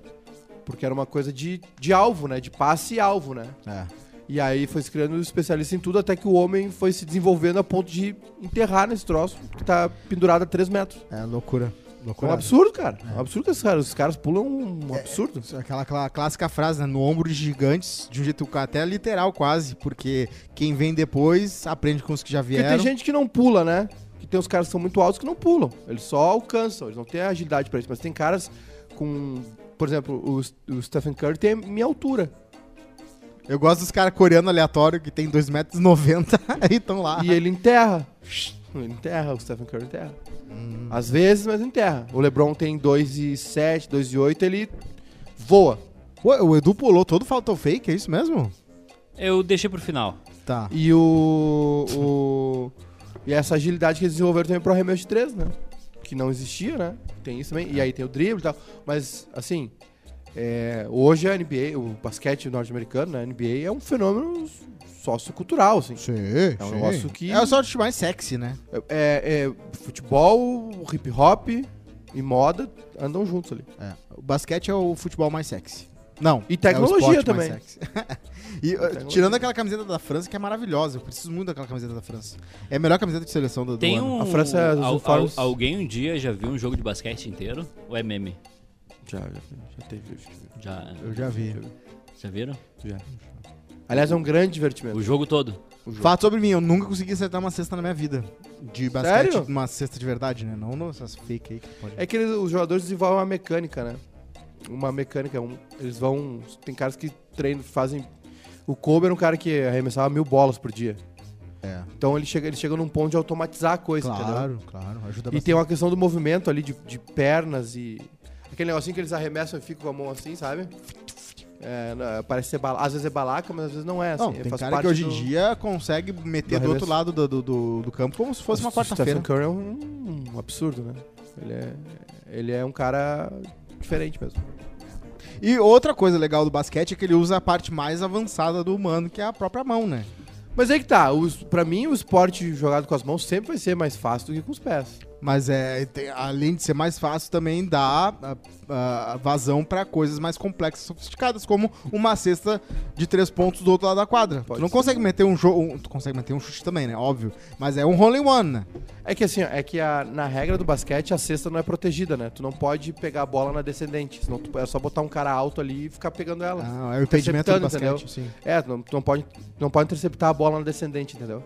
Porque era uma coisa de, de alvo, né? De passe e alvo, né?
É.
E aí foi se criando um especialista em tudo, até que o homem foi se desenvolvendo a ponto de enterrar nesse troço que tá pendurado a 3 metros.
É loucura.
Foi
Loucura.
um absurdo, cara. Um absurdo que esses caras, os caras pulam um absurdo.
Aquela, aquela clássica frase, né? No ombro de gigantes, de um jeito até literal quase, porque quem vem depois aprende com os que já
Porque
vieram.
tem gente que não pula, né? Que tem os caras que são muito altos que não pulam. Eles só alcançam, eles não têm agilidade pra isso. Mas tem caras com. Por exemplo, o, o Stephen Curry tem a minha altura.
Eu gosto dos caras coreano aleatório que tem 2,90m [laughs] e estão lá.
E ele enterra. [laughs] Ele enterra, o Stephen Curry enterra. Às vezes, mas enterra. O LeBron tem 2,7, 2,8, ele voa.
Ué, o Edu pulou todo faltou fake, é isso mesmo?
Eu deixei pro final.
Tá.
E o, o- E essa agilidade que eles desenvolveram também pro arremesso de três, né? Que não existia, né? Tem isso também. E aí tem o drible e tal. Mas, assim. é, hoje a NBA, o basquete norte-americano, né? A NBA é um fenômeno sociocultural, assim.
Sim,
É um
sim.
negócio que-
É o sorte mais sexy, né?
É, é futebol, hip hop e moda andam juntos ali.
O basquete é o futebol mais sexy. Não.
E tecnologia
é o esporte mais
também.
sexy. [laughs] e, uh,
tecnologia.
tirando aquela camiseta da França, que é maravilhosa. Eu preciso muito daquela camiseta da França. É a melhor camiseta de seleção do, do
Tem
ano.
um.
A França,
é
os
al- al-
uniformes-
alguém um dia já viu um jogo de basquete inteiro? Ou é meme?
Já, já, já teve. Já, teve.
Já,
Eu já vi.
já viram?
Aliás, é um grande divertimento.
O jogo todo.
Fato sobre mim, eu nunca consegui acertar uma cesta na minha vida. De basquete,
Sério?
uma cesta de verdade, né? Não no- essas fake aí que pode.
É que eles- os jogadores desenvolvem uma mecânica, né? Uma mecânica. um- eles vão. Tem caras que treinam, fazem. O Kobe era um cara que arremessava mil bolas por dia.
É.
Então ele chega, ele chega num ponto de automatizar a coisa, entendeu?
Claro, claro, ajuda
E
bastante.
tem uma questão do movimento ali, de, de pernas e. Aquele negocinho que eles arremessam e ficam com a mão assim, sabe? É, na- parece ser bala. Às vezes é balaca, mas às vezes não é. Assim,
Não, tem
faz
cara
parte
que hoje em
do-
dia consegue meter do,
do
outro
arremesso.
lado do, do- do- do campo como se fosse uma
O Stephen
quarta-feira.
Curry é um, um absurdo, né? Ele é, ele é um cara diferente mesmo.
E outra coisa legal do basquete é que ele usa a parte mais avançada do humano, que é a própria mão, né?
Mas aí que tá, os, pra mim o esporte jogado com as mãos sempre vai ser mais fácil do que com os pés.
Mas é, tem- além de ser mais fácil, também dá a- a vazão pra coisas mais complexas, sofisticadas, como uma cesta de três pontos do outro lado da quadra.
Pode
tu não
ser.
consegue meter um jogo. tu consegue meter um chute também, né? Óbvio. Mas é um hole in one, né?
É que assim, ó, é que a- na regra do basquete a cesta não é protegida, né? Tu não pode pegar a bola na descendente, senão tu, é só botar um cara alto ali e ficar pegando ela.
Ah, é o impedimento do
Interceptando,
basquete,
entendeu?
sim.
É, tu não, tu não pode, tu não pode interceptar a bola na descendente, entendeu?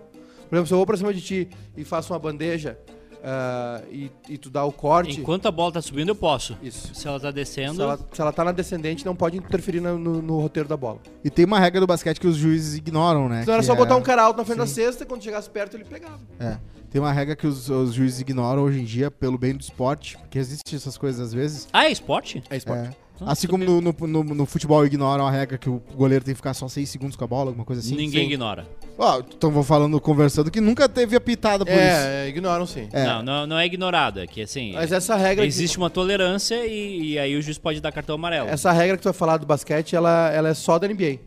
Por exemplo, se eu vou pra cima de ti e faço uma bandeja ah, e, e tu dá o corte...
Enquanto a bola tá subindo, eu posso.
Isso.
Se ela tá
Se
descendo.
ela, se ela tá na descendente, não pode interferir na- no, no roteiro da bola.
E tem uma regra do basquete que os juízes ignoram, né?
Então era
que
só
é-
botar um cara alto na frente da cesta e quando chegasse perto ele pegava.
É. Tem uma regra que os, os juízes ignoram hoje em dia, pelo bem do esporte, porque existe essas coisas às vezes.
Ah, é esporte?
É esporte.
É. Assim como no, no- no- no futebol ignoram a regra que o goleiro tem que ficar só 6 segundos com a bola, alguma coisa assim.
Ninguém
Sim.
ignora.
Ó, então vou falando, conversando, que nunca teve apitada por isso.
É, ignoram sim.
É.
Não, não, não é ignorado. É que assim.
Mas essa regra.
Existe uma tolerância e, e aí o juiz pode dar cartão
um-
amarelo.
Essa regra que tu vai falar do basquete, ela, ela é só da NBA.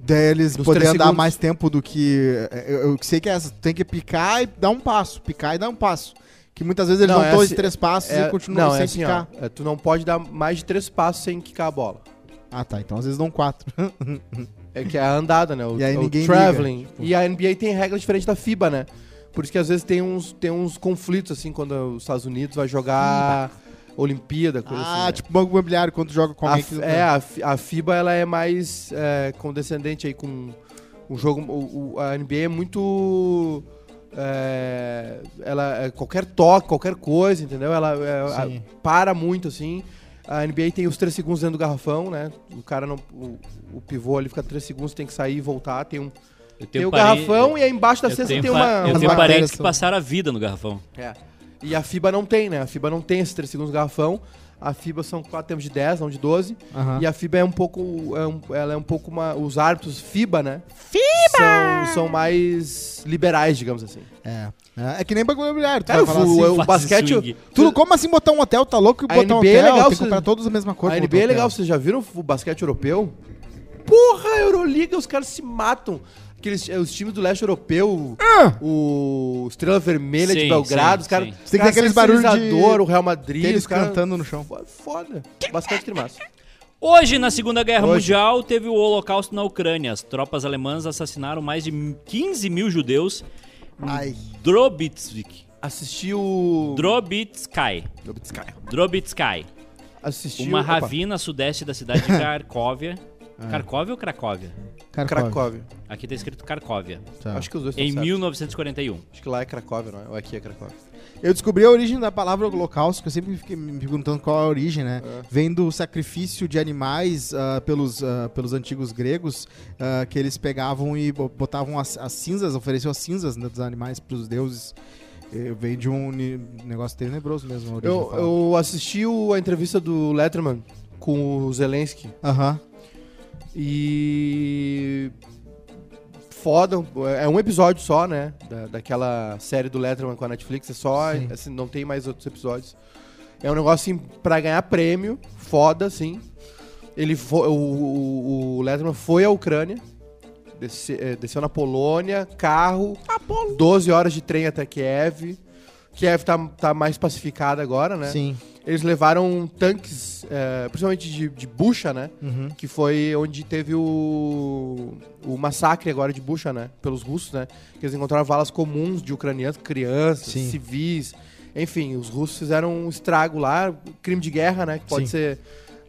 Daí eles
Dos
poderem
três
andar
segundos.
mais tempo do que. Eu, eu sei que é essa. Tem que picar e dar um passo. Picar e dar um passo. Que muitas vezes eles
Não,
dão
é
dois,
assim-
três passos
É,
e continuam
não,
sem
é assim, ó,
picar.
é, tu não pode dar mais de três passos sem quicar a bola. [laughs] Tipo
Ah, tá. Então às vezes dão quatro.
É que é a andada, né? O,
E aí
o
ninguém tipo.
traveling. E a NBA tem regra diferente da FIBA, né? Por isso que às vezes tem uns, tem uns conflitos, assim, quando os Estados Unidos vai jogar Olimpíada, coisa assim.
Ah,
né?
tipo banco imobiliário quando joga com
A
alguém
F-
que...
é, a, F- a FIBA ela é mais é, condescendente aí com o jogo. o- o- a NBA é muito. é, ela é qualquer toque, qualquer coisa, entendeu? Ela é, a-
Sim.
para muito assim. A NBA tem os 3 segundos dentro do garrafão, né? O cara não. O, o pivô ali fica 3 segundos, tem que sair e voltar. Tem, um,
Eu tenho
tem o
pare-
garrafão e aí embaixo da
eu
cesta
tenho
tem
pa-
uma. assim.
Eu
umas
tenho um
uma-
parentes que
Essa-
passaram a vida no garrafão.
é. E a FIBA não tem, né? A FIBA não tem esses 3 segundos do garrafão. A FIBA são 4 tempos de 10, não de 12.
Aham.
E a FIBA é um pouco. é um- ela é um pouco uma. Os árbitros FIBA, né? FIBA! São, são mais liberais, digamos assim.
É. É, é que nem banco imobiliário, tu
Cara, o,
vai falar
fu-
assim...
o
faz
basquete.
swing.
Tu, como assim botar um hotel? Tá louco
A
botar um
NBA é
hotel?
legal,
tem que
você-
comprar todos a mesma cor.
a
pra
NBA é
botar um
legal,
hotel.
vocês já viram o basquete europeu? Porra, Euroliga, os caras se matam. Aqueles, eh, os times do leste europeu, o Estrela Vermelha
Sim,
de Belgrado,
sim,
os caras.
sim.
Você Ah! tem que ter aqueles barulhos de-
sensualizador, o Real Madrid,
Tênis
os caras-
cantando no chão.
Fo- Foda. Basquete trimassa.
Hoje, na Segunda Guerra
Hoje.
Mundial, teve o Holocausto na Ucrânia. As tropas alemãs assassinaram mais de 15 mil judeus em
Ai.
Drobitsk.
Assisti o.
Drobitskaya.
Drobitskaya.
Drobitskaya.
Assisti
Uma
o- opa, Ah.
ravina sudeste
[laughs]
da cidade de Kharkovia. Kharkovia ou Cracóvia?
Caracol.
Cracóvia.
Aqui tá escrito Kharkovia.
Tá.
Acho que os dois
Em
estão certos.
1941.
Acho que lá é Cracóvia, não é? Ou aqui é Cracóvia.
Eu descobri a origem da palavra holocausto, que eu sempre fiquei me perguntando qual é a origem, né?
É.
Vem do sacrifício de animais ah, pelos, ah, pelos antigos gregos, ah, que eles pegavam e bo- botavam as, as cinzas, ofereciam as cinzas né, dos animais pros deuses. Eh, Vem de um ni- negócio tenebroso mesmo. a origem da
Eu,
palavra.
eu assisti o- a entrevista do Letterman com o Zelensky
Aham.
e. Foda, é um episódio só, né? da- daquela série do Letterman com a Netflix, é só,
Sim.
assim, não tem mais outros episódios. É um negócio, assim, pra ganhar prêmio, foda, assim. Ele foi, o, o, o Letterman foi à Ucrânia, desce- eh, desceu na Polônia, carro, 12 horas de trem até Kiev. Kiev tá, tá mais pacificada agora, né?
Sim.
Eles levaram tanques, eh, principalmente de, de bucha, né?
Uhum.
Que foi onde teve o, o massacre agora de bucha, né? Pelos russos, né? Que eles encontraram valas comuns de ucranianos, crianças,
Sim.
civis. Enfim, os russos fizeram um estrago lá, crime de guerra, né? Que pode
Sim.
ser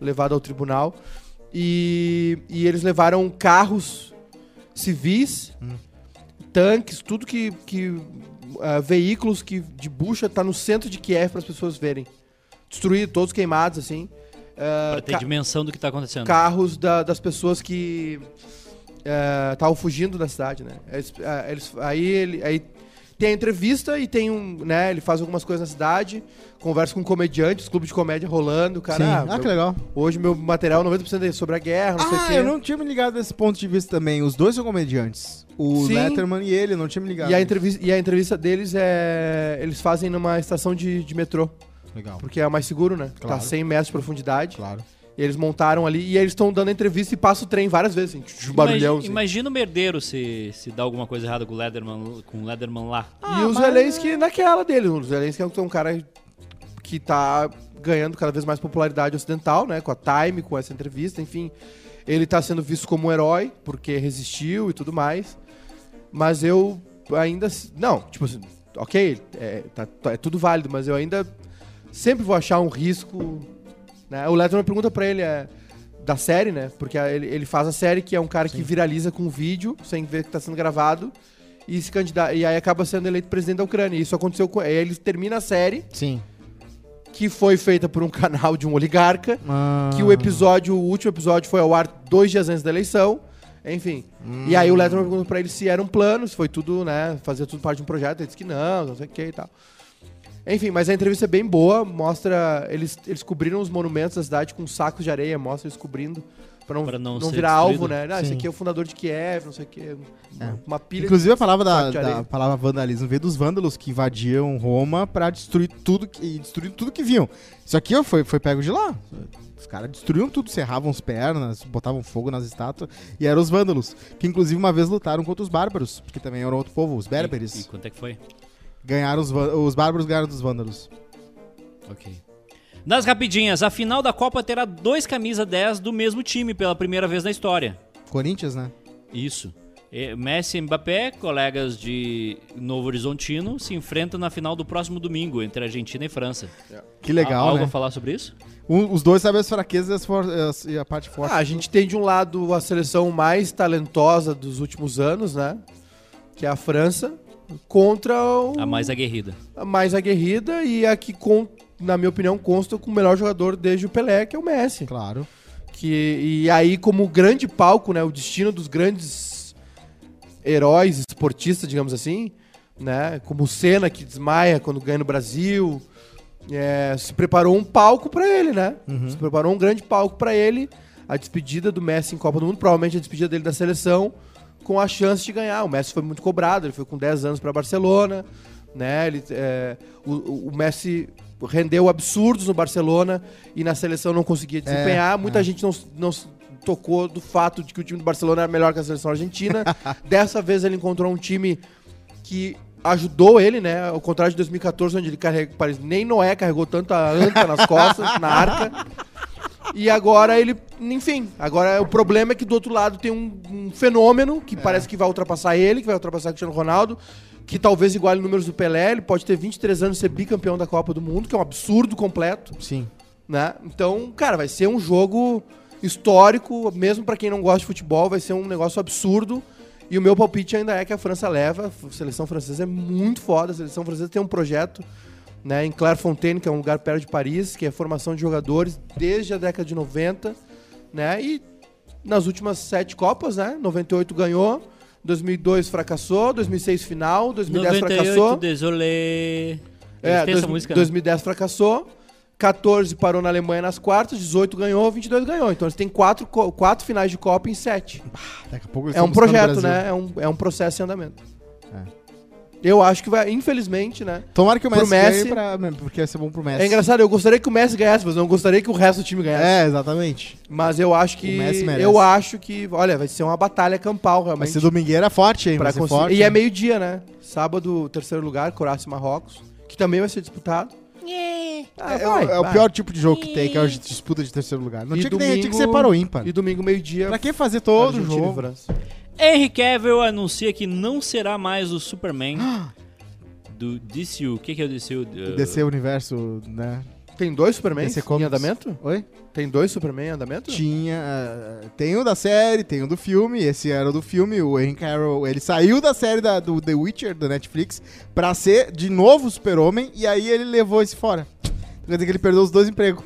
levado ao tribunal. E, e eles levaram carros civis,
Hum.
tanques, tudo que. que ah, veículos que de bucha tá no centro de Kiev para as pessoas verem. Destruído, todos queimados, assim. Ah,
Pra ter
ca-
dimensão do que tá acontecendo.
carros da- das pessoas que estavam fugindo da cidade, né? Eles- ah, eles- aí ele aí tem a entrevista e tem um, né? Ele faz algumas coisas na cidade, conversa com comediantes, clube de comédia rolando,
Sim.
cara.
ah,
ah,
que
meu-
legal.
hoje meu material 90% é sobre a guerra, não sei é. o
Ah,
quê.
eu não tinha me ligado desse ponto de vista também. Os dois são comediantes. O
Sim.
Letterman e ele, eu não tinha me ligado.
E a, entrevista, e a entrevista deles é. Eles fazem numa estação de, de metrô,
Legal.
porque é mais seguro, né?
Claro.
Tá 100 metros de profundidade.
Claro.
E eles montaram ali e eles estão dando entrevista e passa o trem várias vezes, assim,
Imagi-
barulhão. assim.
Imagina o merdeiro se, se dá alguma coisa errada com o Lederman, com o Lederman lá.
e o Zelensky naquela dele. O Zelensky é um cara que tá ganhando cada vez mais popularidade ocidental, né? Com a Time, com essa entrevista, enfim. Ele tá sendo visto como um herói, porque resistiu e tudo mais. Mas eu ainda. s- Não, tipo assim, ok, é, tá- tá- é tudo válido, mas eu ainda sempre vou achar um risco. Né? O Letterman pergunta pra ele é, da série, né? Porque a- ele, ele faz a série que é um cara que viraliza com um vídeo, sem ver que tá sendo gravado, e se candidata. E aí acaba sendo eleito presidente da Ucrânia. Isso aconteceu com. Aí ele termina a série,
Sim.
que foi feita por um [laughs] canal de um oligarca,
Ah.
que o episódio, o último episódio foi ao ar dois dias antes da eleição. Enfim. E aí o Letterman perguntou pra ele se era um plano, se foi tudo, né? Fazia tudo parte de um projeto. Ele disse que não, não sei o que e tal. Enfim, mas a entrevista é bem boa, mostra. Eles, eles cobriram os monumentos da cidade com sacos de areia, mostra eles cobrindo. Pra não,
Pra não
não,
ser
virar alvo,
destruído.
né? Ah, esse
Sim.
aqui é o fundador de Kiev, não sei o quê. Uma, uma pilha
Inclusive a palavra da,
Saco de
da
areia.
palavra vandalismo veio dos vândalos que invadiam Roma pra destruir tudo que e destruir tudo que viam. Isso aqui ó, foi foi pego de lá. Os caras destruíam tudo, serravam as pernas, botavam fogo nas estátuas e eram os vândalos que inclusive uma vez lutaram contra os bárbaros, porque também eram outro povo, os
E, e
berberes.
quanto é que foi?
Ganharam os vân- os bárbaros ganharam dos vândalos.
Ok. Nas rapidinhas, a final da Copa terá dois camisa 10 do mesmo time pela primeira vez na história.
Corinthians, né?
Isso. E Messi e Mbappé, colegas de Novo Horizontino, se enfrentam na final do próximo domingo entre Argentina e França.
Que
Ah,
legal,
Há algo
né?
a falar sobre isso?
Um- os dois sabem as fraquezas e, as for- e as- e a parte forte.
Ah, a gente tem de um lado a seleção mais talentosa dos últimos anos, né? Que é a França, contra o-
A mais aguerrida.
a mais aguerrida e a que, con- na minha opinião, consta com o melhor jogador desde o Pelé, que é o Messi.
Claro.
Que, e aí, como grande palco, né? O destino dos grandes heróis, esportistas, digamos assim, né? Como o Senna, que desmaia quando ganha no Brasil. é, se preparou um palco pra ele, né? Se preparou um grande palco pra ele. A despedida do Messi em Copa do Mundo, provavelmente a despedida dele da seleção, com a chance de ganhar. O Messi foi muito cobrado, ele foi com 10 anos pra Barcelona, né? Ele, é, o, o Messi rendeu absurdos no Barcelona e na seleção não conseguia desempenhar. Muita gente não, s- não se tocou do fato de que o time do Barcelona era melhor que a seleção argentina. Dessa vez ele encontrou um time que ajudou ele, né? Ao contrário de 2014, onde ele carrega, parece, nem Noé carregou tanta anta nas costas, na arca. E agora ele, enfim, agora o problema é que do outro lado tem um, um fenômeno que parece que vai ultrapassar ele, que vai ultrapassar Cristiano Ronaldo, que talvez iguale números do Pelé, ele pode ter 23 anos e ser bicampeão da Copa do Mundo, que é um absurdo completo,
Sim.
né? Então, cara, vai ser um jogo histórico, mesmo pra quem não gosta de futebol, vai ser um negócio absurdo. E o meu palpite ainda é que a França leva. A seleção francesa é muito foda. A seleção francesa tem um projeto né, em Clairefontaine, que é um lugar perto de Paris, que é formação de jogadores desde a década de 90. Né, e nas últimas sete Copas, né? 98 ganhou, 2002 fracassou, 2006 final, 2010 fracassou.
desolé.
É,
Eles têm essa
dois-
música, né?
2010 fracassou, 14 parou na Alemanha nas quartas, 18 ganhou, 22 ganhou. Então eles têm quatro, co- quatro finais de Copa em sete.
Daqui a pouco eles
É
estão
um
buscando o
projeto,
Brasil. É.
né? É um, é um processo em andamento. Eu acho que vai, infelizmente, né?
Tomara que o
Pro
Messi, ganhe
Messi.
pra- né, porque ia ser bom pro Messi.
É engraçado, eu gostaria que o Messi ganhasse, mas eu não gostaria que o resto do time ganhasse.
É, exatamente.
Mas eu acho que.
O Messi merece.
eu acho que. Olha, vai ser uma batalha campal,
Mas
realmente.
se domingueira é forte, hein?
pra
Vai ser
conseguir-
forte.
E é meio-dia, né? Sábado, terceiro lugar, Croácia e Marrocos, que também vai ser disputado. Ah,
É,
vai,
é o
vai.
pior tipo de jogo que tem, que é a disputa de terceiro lugar. Não
E
tinha que, nem, tinha que
domingo-
ser para o ímpar.
E domingo, meio-dia.
Pra que fazer todo o
Argentina e
jogo?
França.
Henry Cavill anuncia que não será mais o Superman do DCU. O que, que é o DCU? Uh,
Descer o universo, né?
Tem dois Superman
DC
em
é Comics.
andamento?
Oi?
Tem dois Superman em andamento?
Tinha. ah, tem o da série, tem o do filme. Esse era o do filme. O Henry Carroll, ele saiu da série da- do The Witcher, da Netflix, pra ser de novo Super-Homem. E aí ele levou esse fora. Quer dizer que ele perdeu os dois empregos.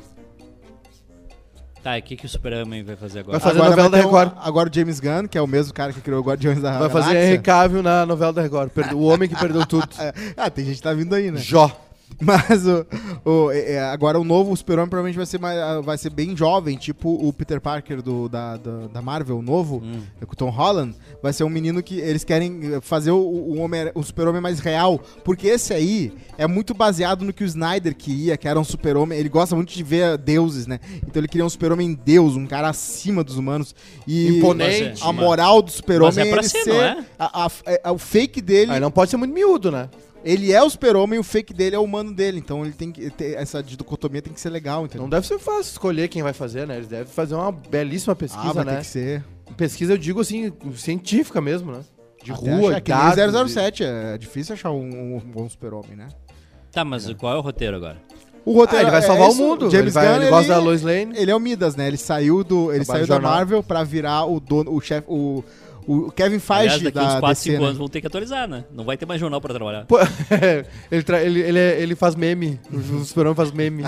Tá, e o que, que o Superman vai fazer agora?
Vai fazer novela da
vai ter um-
Record.
agora o James Gunn, que é o mesmo cara que criou o Guardiões da
Vai fazer
Galáxia.
Henry Cavill na novela da Record. Perdeu- O homem que perdeu tudo.
[laughs]
Né?
Ah, tem gente que tá vindo aí, né?
Jó.
Mas o, o- é, é, agora o novo Super-Homem provavelmente vai ser, mais, ah, vai ser bem jovem, tipo o Peter Parker do, da, da, da Marvel, o novo,
Hum.
é com o Tom Holland. Vai ser um menino que eles querem eh, fazer o, o, Homer- o Super-Homem mais real. Porque esse aí é muito baseado no que o Snyder queria, que era um Super-Homem. Ele gosta muito de ver deuses, né? Então ele queria um Super-Homem deus, um cara acima dos humanos. E
Imponente.
a moral do Super-Homem
Mas é pra
ele
ser, não é?
a- a- a- o fake dele
Aí não pode ser muito miúdo, né?
ele é o super-homem, o fake dele é o humano dele. Então ele tem que ter essa dicotomia tem que ser legal, entendeu? Ah,
Não deve ser fácil escolher quem vai fazer, né? Eles devem fazer uma belíssima
ah,
pesquisa,
vai
né?
ter que ser.
Pesquisa, eu digo assim, científica mesmo, né? De
Até
rua,
achar,
de
que nem
dados,
007, é difícil achar um, um bom super-homem, né?
Tá, mas qual é o roteiro agora?
O
de- Ah, ele vai
é
salvar o
isso,
mundo. ele,
James
vai,
Gunn,
ele
ele,
gosta da Lois Lane.
ele é o Midas, né? Ele saiu do, ele
Trabalho
saiu
de
da
jornal.
Marvel pra virar o dono, o chefe, o, o Kevin
Aliás,
Feige
daqui
da
uns 4,
DC,
5
né?
anos vão ter que atualizar, né? Não vai ter mais jornal pra trabalhar.
Pô, [laughs] ele, tra- ele, ele, é, ele faz meme. O Superman faz
[laughs]
meme.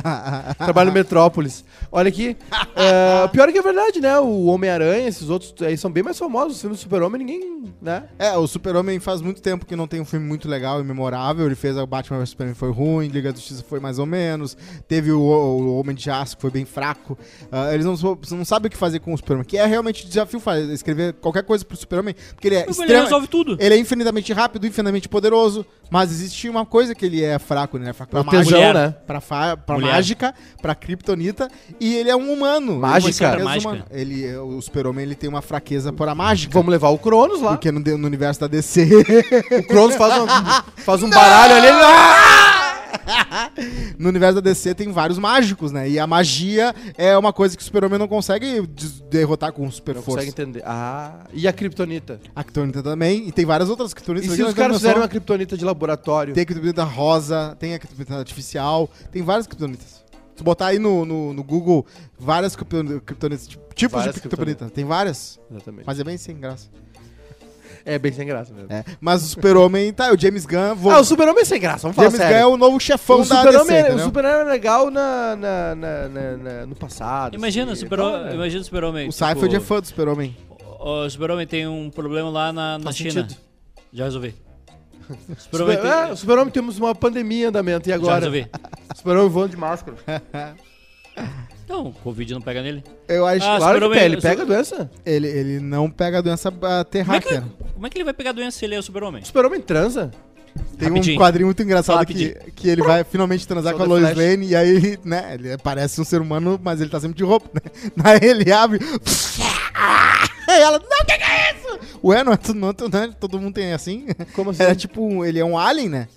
Trabalha no Metrópolis. Olha aqui. é, pior é que é verdade, né? O Homem-Aranha, esses outros aí são bem mais famosos. Os filmes do Super-Homem, ninguém. né?
É, o Super-Homem faz muito tempo que não tem um filme muito legal e memorável. Ele fez o Batman vs Superman foi ruim, Liga da Justiça foi mais ou menos. Teve o, o Homem de Aço que foi bem fraco. Ah, eles não, sou- não sabem o que fazer com o Super-Homem, que é realmente desafio fazer, escrever qualquer coisa pro Super-Homem, porque ele é
Mas Ele
extrema-
resolve tudo.
ele é infinitamente rápido, infinitamente poderoso, mas existe uma coisa que ele é fraco, né? Ele é fraco pra
O tesão,
mágica,
né?
pra, fa- pra
Mulher.
mágica, pra kryptonita, e ele é um humano.
Mágica?
Ele, é uma
Mágica.
humano. ele O super-homem ele tem uma fraqueza por a mágica.
Vamos levar o Cronos lá.
Porque no, no universo da DC.
O Cronos faz um, faz um baralho ali. ele- Ah!
[laughs] no universo da DC tem vários mágicos, né? E a magia é uma coisa que o Super-Homem não consegue des- derrotar com um super
Não
força.
consegue entender. Ah, e a Kryptonita?
A Kryptonita também, e tem várias outras
E
Kryptonitas.
se
aqui,
os
nós
caras
vamos
fizeram
só-
uma Kryptonita de laboratório?
Tem a criptonita rosa, tem a criptonita artificial, tem várias criptonitas. Se botar aí no, no, no Google várias criptoni- criptonitas, tipo- tipos
Várias
de criptonita, tem várias.
Exatamente.
Mas é bem sem graça.
É bem sem graça mesmo.
É. Mas o Super-Homem, tá, o James Gunn, vou...
Ah, o Super-Homem é sem graça, vamos falar
James Gunn
sério.
é o novo chefão
o
da
Super-Homem
DC,
era- o
entendeu?
Super-Homem era legal na, na- na- na- na- no passado.
Imagina, o
assim,
super,
então, né?
imagina o super-homem.
O
tipo,
Seinfeld é fã do Super-Homem.
O o super-homem tem um problema lá na, na
Faz
China.
sentido.
Já resolvi. O Super-Homem
Super-
tem...
é, o Super-Homem temos uma pandemia em andamento e
Já
agora?
resolvi.
O Super-Homem voando de máscara.
Não, Então, o Covid não pega nele.
Eu acho
Ah,
que
claro que
Super-Homem-
pega, ele
o
pega a doença.
ele, ele não pega a doença ah,
Como é, que,
terráquea.
como é que ele vai pegar doença se ele é o super-homem?
O Super-Homem transa.
Tem
Rapidinho.
um quadrinho muito engraçado que,
Rapidinho.
que ele vai finalmente transar
Só
com a
The
Lois
Flash.
Lane e aí, né, ele parece um ser humano, mas ele tá sempre de roupa, né? [laughs] Aí ele abre. [laughs] e ela, não, o que, que é isso? Ué, não é, tu- não, tu- né? todo mundo tem assim? [laughs]
Como assim?
Era tipo, um- ele é um alien, né?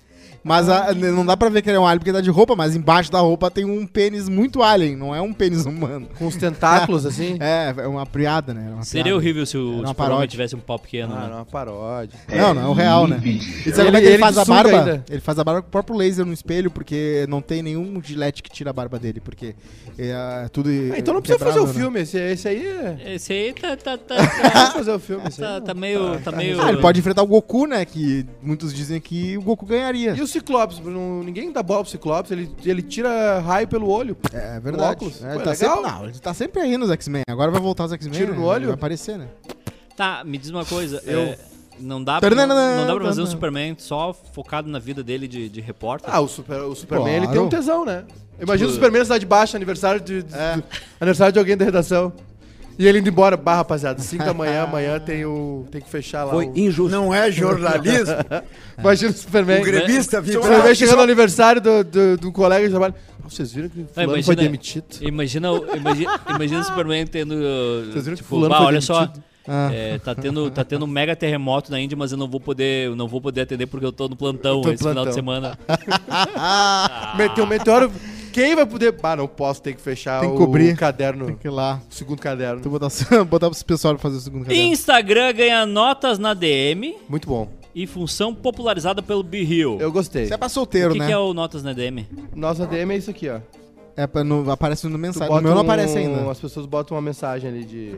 Mas a- não dá pra ver que ele é um alien porque ele tá de roupa, mas embaixo da roupa tem um pênis muito alien, não é um pênis humano.
Com os [laughs] tentáculos, assim.
É, é uma piada, né? Era uma
Seria
piada.
horrível se o
uma
super-homem
paródia.
tivesse um pau pequeno,
Ah,
né?
não, uma paródia.
Não, não, é o real, né? E sabe
Ele-
como é que ele,
ele
faz a
suga
barba?
ainda.
Ele faz a barba com o próprio laser no espelho, porque não tem nenhum gilete que tira a barba dele, porque é, é tudo.
Ah, então não precisa fazer o
quebrado, né?
filme, esse, esse aí. é-
Esse aí tá, tá, tá,
[laughs] Não precisa
tá,
fazer o filme, esse aí.
tá, tá meio. Tá meio...
Ah, ele pode enfrentar o Goku, né? Que muitos dizem que o Goku ganharia.
E o Ciclopes, Bruno? Ninguém dá bola pro Ciclopes, ele, ele tira raio pelo olho.
É
o
verdade.
óculos.
É,
Pô,
tá
é
sempre,
legal.
não, ele tá sempre aí nos X-Men. Agora vai voltar os X-Men.
Tiro no
né?
olho?
Vai aparecer, né?
Tá, me diz uma coisa.
Eu-
é, não, dá pra, não,
Taranana,
não dá pra fazer um
taranana.
Superman só focado na vida dele de, de repórter?
Ah, o, super, o Superman,
Claro. Tipo,
ele tem um tesão, né? Imagina o Superman na cidade baixa, aniversário de, de-
É.
do- aniversário de alguém da redação. E ele indo embora, bah, rapaziada, 5 da
[laughs]
manhã, amanhã tem o tem que fechar lá.
Foi
o-
injusto. Não é
[laughs]
jornalismo.
Imagina o Superman.
O
Né?
gremista
O
vibrava.
Superman chegando no aniversário do, do, do colega de trabalho. Ah, Vocês viram que o fulano foi
imagina-
demitido?
Imagina, o- imagina, imagina o Superman tendo.
Vocês viram que
Tipo,
fulano
bah,
foi
olha só.
demitido?"
Ah.
é, tá, tendo, tá tendo um mega terremoto na Índia, mas eu não vou poder, eu não vou poder atender porque eu tô no plantão
tô no
esse final
plantão.
de semana.
Meteu um meteoro. Quem vai poder. Ah, não posso, tem que fechar
Tem que
o
cobrir.
caderno.
Que lá. Então
O segundo caderno.
Tu [laughs] botar, botar pro pessoal pra fazer o segundo caderno.
Instagram ganha notas na DM
Muito bom.
e função popularizada pelo BeReal.
Eu gostei.
Isso é pra
O
solteiro,
que,
né?
que é o Notas na DM?
Nossa DM é isso aqui, ó.
É pra no, aparece no
Tu
mensagem. No
bota
meu não
um-
aparece ainda.
As pessoas botam uma mensagem ali de.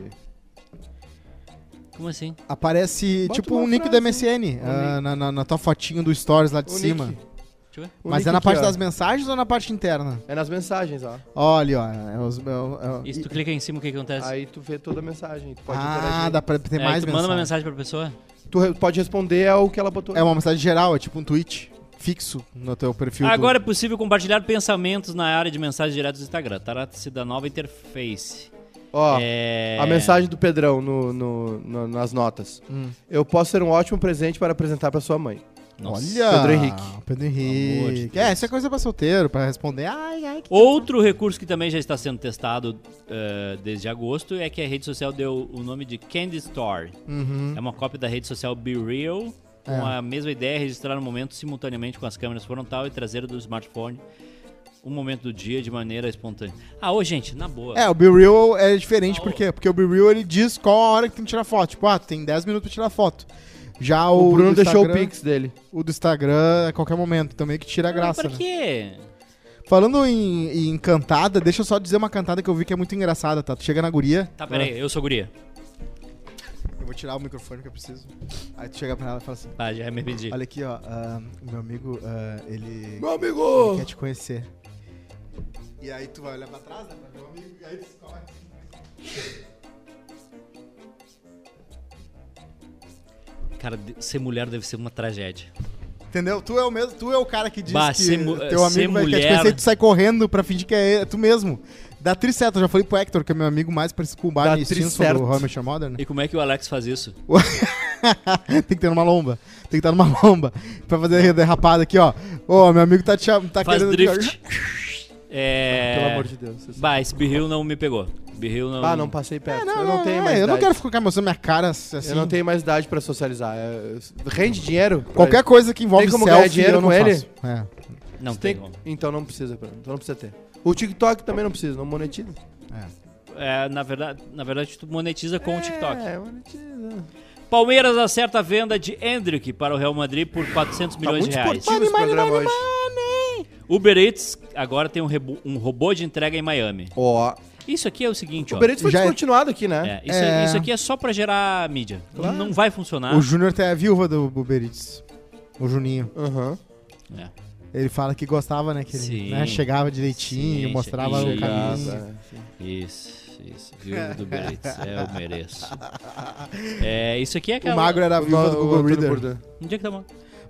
Como assim?
Aparece
Bota
tipo
uma
um nick do
frase, né?
MSN. ah, na, na- na tua fotinho do Stories lá de
O
cima.
nick.
Deixa eu ver.
O
Mas
nick
é na
aqui,
parte
ó.
das mensagens ou na parte interna?
É nas mensagens, ó.
Olha, ó. É os, é o- é o-
E se tu clica em cima, o que que acontece?
Aí tu vê toda a mensagem. Tu pode
ah,
interagir.
dá pra ter
É,
mais
tu manda uma mensagem pra pessoa?
Tu re- pode responder ao que ela botou.
É uma mensagem geral, é tipo um tweet fixo no teu perfil. do-
Agora é possível compartilhar pensamentos na área de mensagens diretas do Instagram. Trata-se da nova interface.
Ó,
É-
a mensagem do Pedrão no, no- no- nas notas. Eu posso ser um ótimo presente para apresentar para sua mãe.
Nossa.
Olha!
Pedro Henrique.
Pedro
Amor de
Henrique.
Deus.
é, isso é coisa pra solteiro, pra responder. Ai, ai, que...
Outro recurso que também já está sendo testado eh, desde agosto é que a rede social deu o nome de Candy Store.
Uhum.
É uma cópia da rede social Be Real, com
É.
a mesma ideia, registrar um momento simultaneamente com as câmeras frontal e traseira do smartphone, um momento do dia de maneira espontânea. Ah, ô gente, na boa.
É, o Be Real é diferente,
Ah,
por quê? Porque o Be Real ele diz qual a hora que tem que tirar foto. Tipo, ah, tu tem 10 minutos pra tirar foto. Já o,
O Bruno
do
deixou o
Instagram-
pix dele.
O do Instagram é qualquer momento, também que tira a graça,
Pra
né?
quê?
Falando em, em cantada, deixa eu só dizer uma cantada que eu vi que é muito engraçada, tá? Tu chega na guria.
Tá, peraí, eu sou guria.
Eu vou tirar o microfone que eu preciso. Aí tu chega pra ela e fala assim:
Tá, já me pedi.
Olha aqui, ó, ah, o meu amigo, ah, ele,
Meu
ele
amigo!
quer te conhecer. E aí tu vai olhar pra trás, né? pra ver o amigo, e aí tu escolhe.
Cara, de- ser mulher deve ser uma tragédia.
Entendeu? Tu é o mesmo, tu é o cara que diz
Bah,
que
ser mu-
teu
ser
amigo vai quer te
mulher-
conhecer e tu sai correndo pra fingir que é tu mesmo. Dá tricerto, eu já falei pro Hector, que é meu amigo mais parecido com o Barney Stinson
tricerto.
do How I Met Your Mother, né?
E como é que o Alex faz isso?
[laughs] Tem que ter numa lomba. Tem que estar numa lomba. Pra fazer a derrapada aqui, ó. Ô, meu amigo tá, te, cham- tá
Faz
querendo...
drift. É...
Pelo amor de Deus. vocês-
Bah, esse birril não me pegou. Birril não.
Ah, não passei perto.
Não,
eu não tenho
é,
mais
Eu não
idade.
quero ficar mostrando minha cara assim.
Eu não tenho mais idade pra socializar. É, Rende dinheiro? pra-
Qualquer coisa que envolve
Tem como
selfie,
ganhar dinheiro
eu não
com ele?
faço. É.
Não
Você tem-
tem como.
Então não precisa, Bruno. Então não precisa ter. O TikTok também não precisa, não monetiza.
É, na, verdade, na verdade, tu monetiza com o TikTok.
É, monetiza.
Palmeiras acerta a venda de Hendrick para o Real Madrid por 400
Tá
milhões de
Tá muito
reais.
esportivo esse programa hoje.
né?
Uber Eats agora tem um, rebo- um robô de entrega em Miami.
Ó,
Isso aqui é o seguinte,
o
ó.
Berete foi
Já é-
descontinuado aqui, né?
É, isso,
É.
isso aqui é só pra gerar mídia.
Claro.
Não vai funcionar.
O Júnior tem a viúva do Buberitz. O Juninho.
Aham.
É.
Ele fala que gostava, né? Que ele
Sim.
né, chegava direitinho,
Sim,
mostrava o
chegava.
caminho.
é.
Isso, isso.
[laughs]
Viúva do Uber Eats. É, eu mereço. É, isso aqui é
O
aquela...
Magro era a viúva do
O
Google
Antônio
Reader.
Bourdain.
Onde é que tá bom?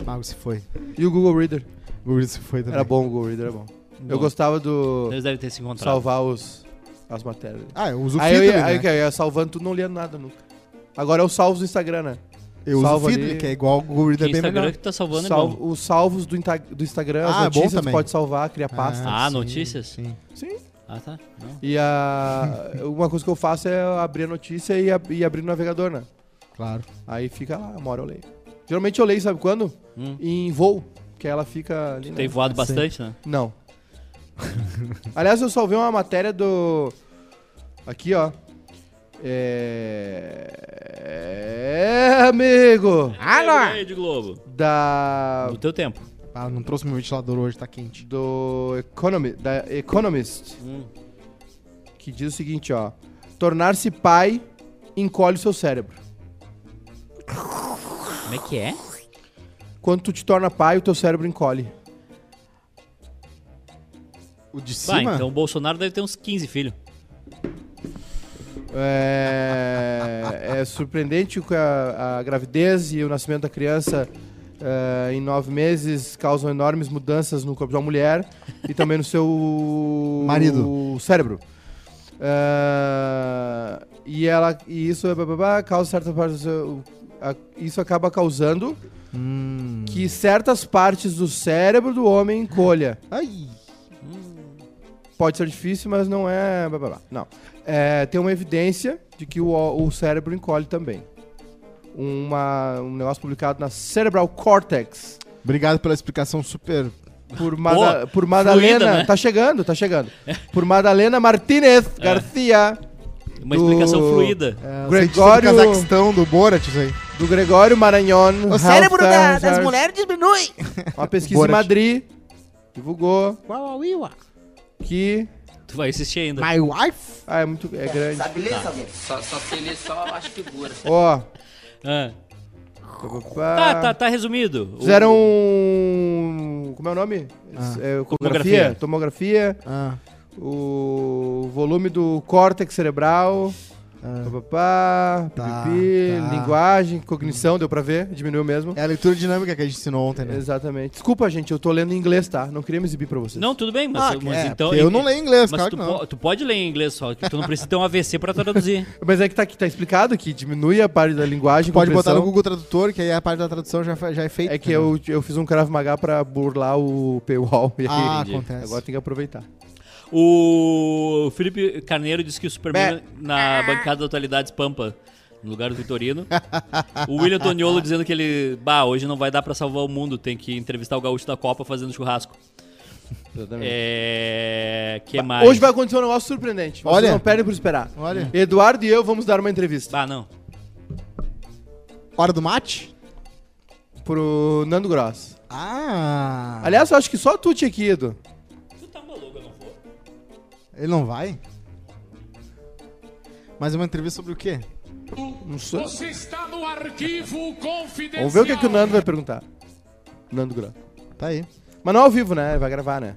O Magro se foi.
E o Google Reader.
O Google se foi também.
Era bom o Google Reader, era bom. Eu
Bom.
gostava do
Eles devem ter se encontrado.
é
salvar os, as matérias.
Ah, eu uso o
Aí eu
Fiddly,
ia, aí
né?
que eu ia salvando tudo, não lia nada nunca. Agora eu salvo do Instagram, né?
Eu uso o
salvo
Fiddly,
ali.
que é igual o Google
Que
Reader, bem
Instagram
melhor.
que tu tá salvando é bom.
Salvo, os salvos do, inta- do Instagram, as
Ah, é bom
notícias tu
também.
pode salvar, cria pasta.
Ah,
sim,
notícias?
Sim.
Sim.
Ah, tá. Não.
E a, [laughs] uma coisa que eu faço é abrir a notícia e, ab- e abrir o navegador, né?
Claro.
Aí fica lá, uma hora eu leio. Geralmente eu leio, sabe quando?
Hum.
Em voo, que ela fica ali. né?
Tem voado bastante, né?
Não. Aliás, eu salvei uma matéria do. Aqui, ó. É. é, amigo!
Ah,
Alô?
Rede Globo.
Da.
Do teu tempo.
Ah, não trouxe meu ventilador hoje, tá quente.
Do Economi, da Economist,
Hum.
que diz o seguinte, ó. Tornar-se pai encolhe o seu cérebro.
Como é que é?
Quando tu te torna pai, o teu cérebro encolhe.
O de cima?
Vai, então o Bolsonaro deve ter uns 15 filhos.
É, é surpreendente que a, a gravidez e o nascimento da criança é, em nove meses causam enormes mudanças no corpo de uma mulher e também no seu
Marido.
cérebro. É, e ela e isso é, blá, blá, blá, causa certas partes do seu- a- isso acaba causando
Hum.
que certas partes do cérebro do homem encolha.
Ai.
Pode ser difícil, mas não é. blá, blá, blá. Não. É, tem uma evidência de que o, o cérebro encolhe também. Uma- um negócio publicado na Cerebral Cortex
Obrigado pela explicação super...
por, Mada-
Boa.
por Madalena.
Fluida, né?
Tá chegando, tá chegando. Por Madalena Martinez
É.
Garcia,
Uma
Do-
explicação fluida.
É,
Gregório-
cientista do Cazaquistão, do Borat, isso aí.
do Gregório Maranhon.
O cérebro
Health
da-
Science
das
Arts.
mulheres diminui.
Uma pesquisa
Borat.
em Madrid divulgou
Uauauiua.
que.
Tu vai assistir ainda.
My wife?
Ah, é muito. É grande.
Tá. Só, só sei ler só as figuras.
Ó.
Ah.
Ah.
Tá, tá, tá resumido. O-
Fizeram um. Como é o nome? É, ecografia,
Tomografia.
tomografia,
Ah,
o volume do córtex cerebral,
ah.
papapá,
Tá,
pipipi,
tá.
linguagem, cognição, deu pra ver, diminuiu mesmo.
É a leitura dinâmica que a gente ensinou ontem, né?
Exatamente. Desculpa, gente, eu tô lendo em inglês, tá? Não queria me exibir pra vocês.
Não, tudo bem, mas,
Ah,
mas
é,
então.
porque eu não leio inglês,
Mas
claro
tu,
que não.
po- tu pode ler em inglês só, que tu não precisa ter um AVC pra traduzir.
Mas é que tá, aqui, tá explicado que diminui a parte da linguagem.
Pode botar no
compreensão.
Google Tradutor, que aí a parte da tradução já, fa- já é feita.
É que
entendeu?
eu, eu fiz um Krav Maga pra burlar o paywall. E aí,
Ah,
Entendi.
acontece.
agora tem que aproveitar.
O Felipe Carneiro disse que o Superman na bancada da atualidades Pampa, no lugar do Vitorino. o William Toniolo dizendo que ele, bah, hoje não vai dar pra salvar o mundo, tem que entrevistar o gaúcho da Copa fazendo churrasco.
Exatamente.
É, que
Bah,
mais?
Hoje vai acontecer um negócio surpreendente. Vocês
Olha.
não perdem por esperar.
Olha.
Eduardo e eu vamos dar uma entrevista
Bah, não.
Hora né? do mate?
pro Nando Gross.
Ah.
Aliás, eu acho que só tu tinha que ido.
Tu tá maluco, eu não vou.
Ele não vai? Mas é uma entrevista sobre o quê?
Não sou.
Você está no arquivo confidencial.
Vamos ver o que, é que o Nando vai perguntar. Nando Gross.
Tá aí.
Mas não ao vivo, né? Vai gravar, né?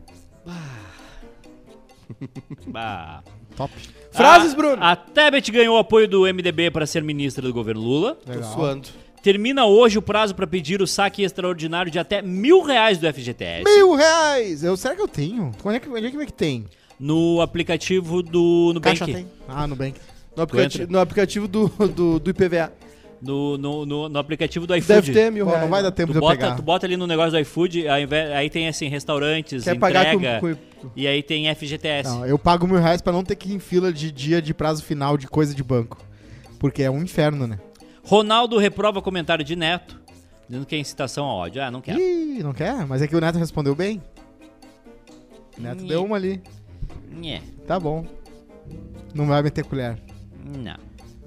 Bah.
Top.
Frases,
Ah,
A-
Bruno.
A Tebet ganhou apoio do MDB para ser ministra do governo Lula.
Tô
Legal.
suando.
Termina hoje o prazo para pedir o saque extraordinário de até mil reais do FGTS
Mil reais! Eu, será que eu tenho? Onde é que, onde é que, onde é que tem?
no aplicativo do
Caixa
Nubank.
tem. Ah, no bank.
No aplicati-
entra.
no aplicativo, do, do, do IPVA.
No, no, no, no aplicativo do
Deve
iFood.
ter mil
Pô,
reais.
não vai dar tempo
Tu
de eu
bota,
pegar.
tu bota ali no negócio do iFood, ao invés- aí tem assim, restaurantes,
Quer pagar
entrega,
com, com-
e aí tem FGTS.
Não, é- eu pago mil reais pra não ter que ir em fila de dia de prazo final de coisa de banco. Porque é um inferno, né?
Ronaldo reprova comentário de Neto, dizendo que é incitação ao ódio. Ah, não quero.
Ih, não quer? Mas é que o Neto respondeu bem. Neto deu uma ali.
Nhé.
Tá bom. Não vai meter colher.
Não.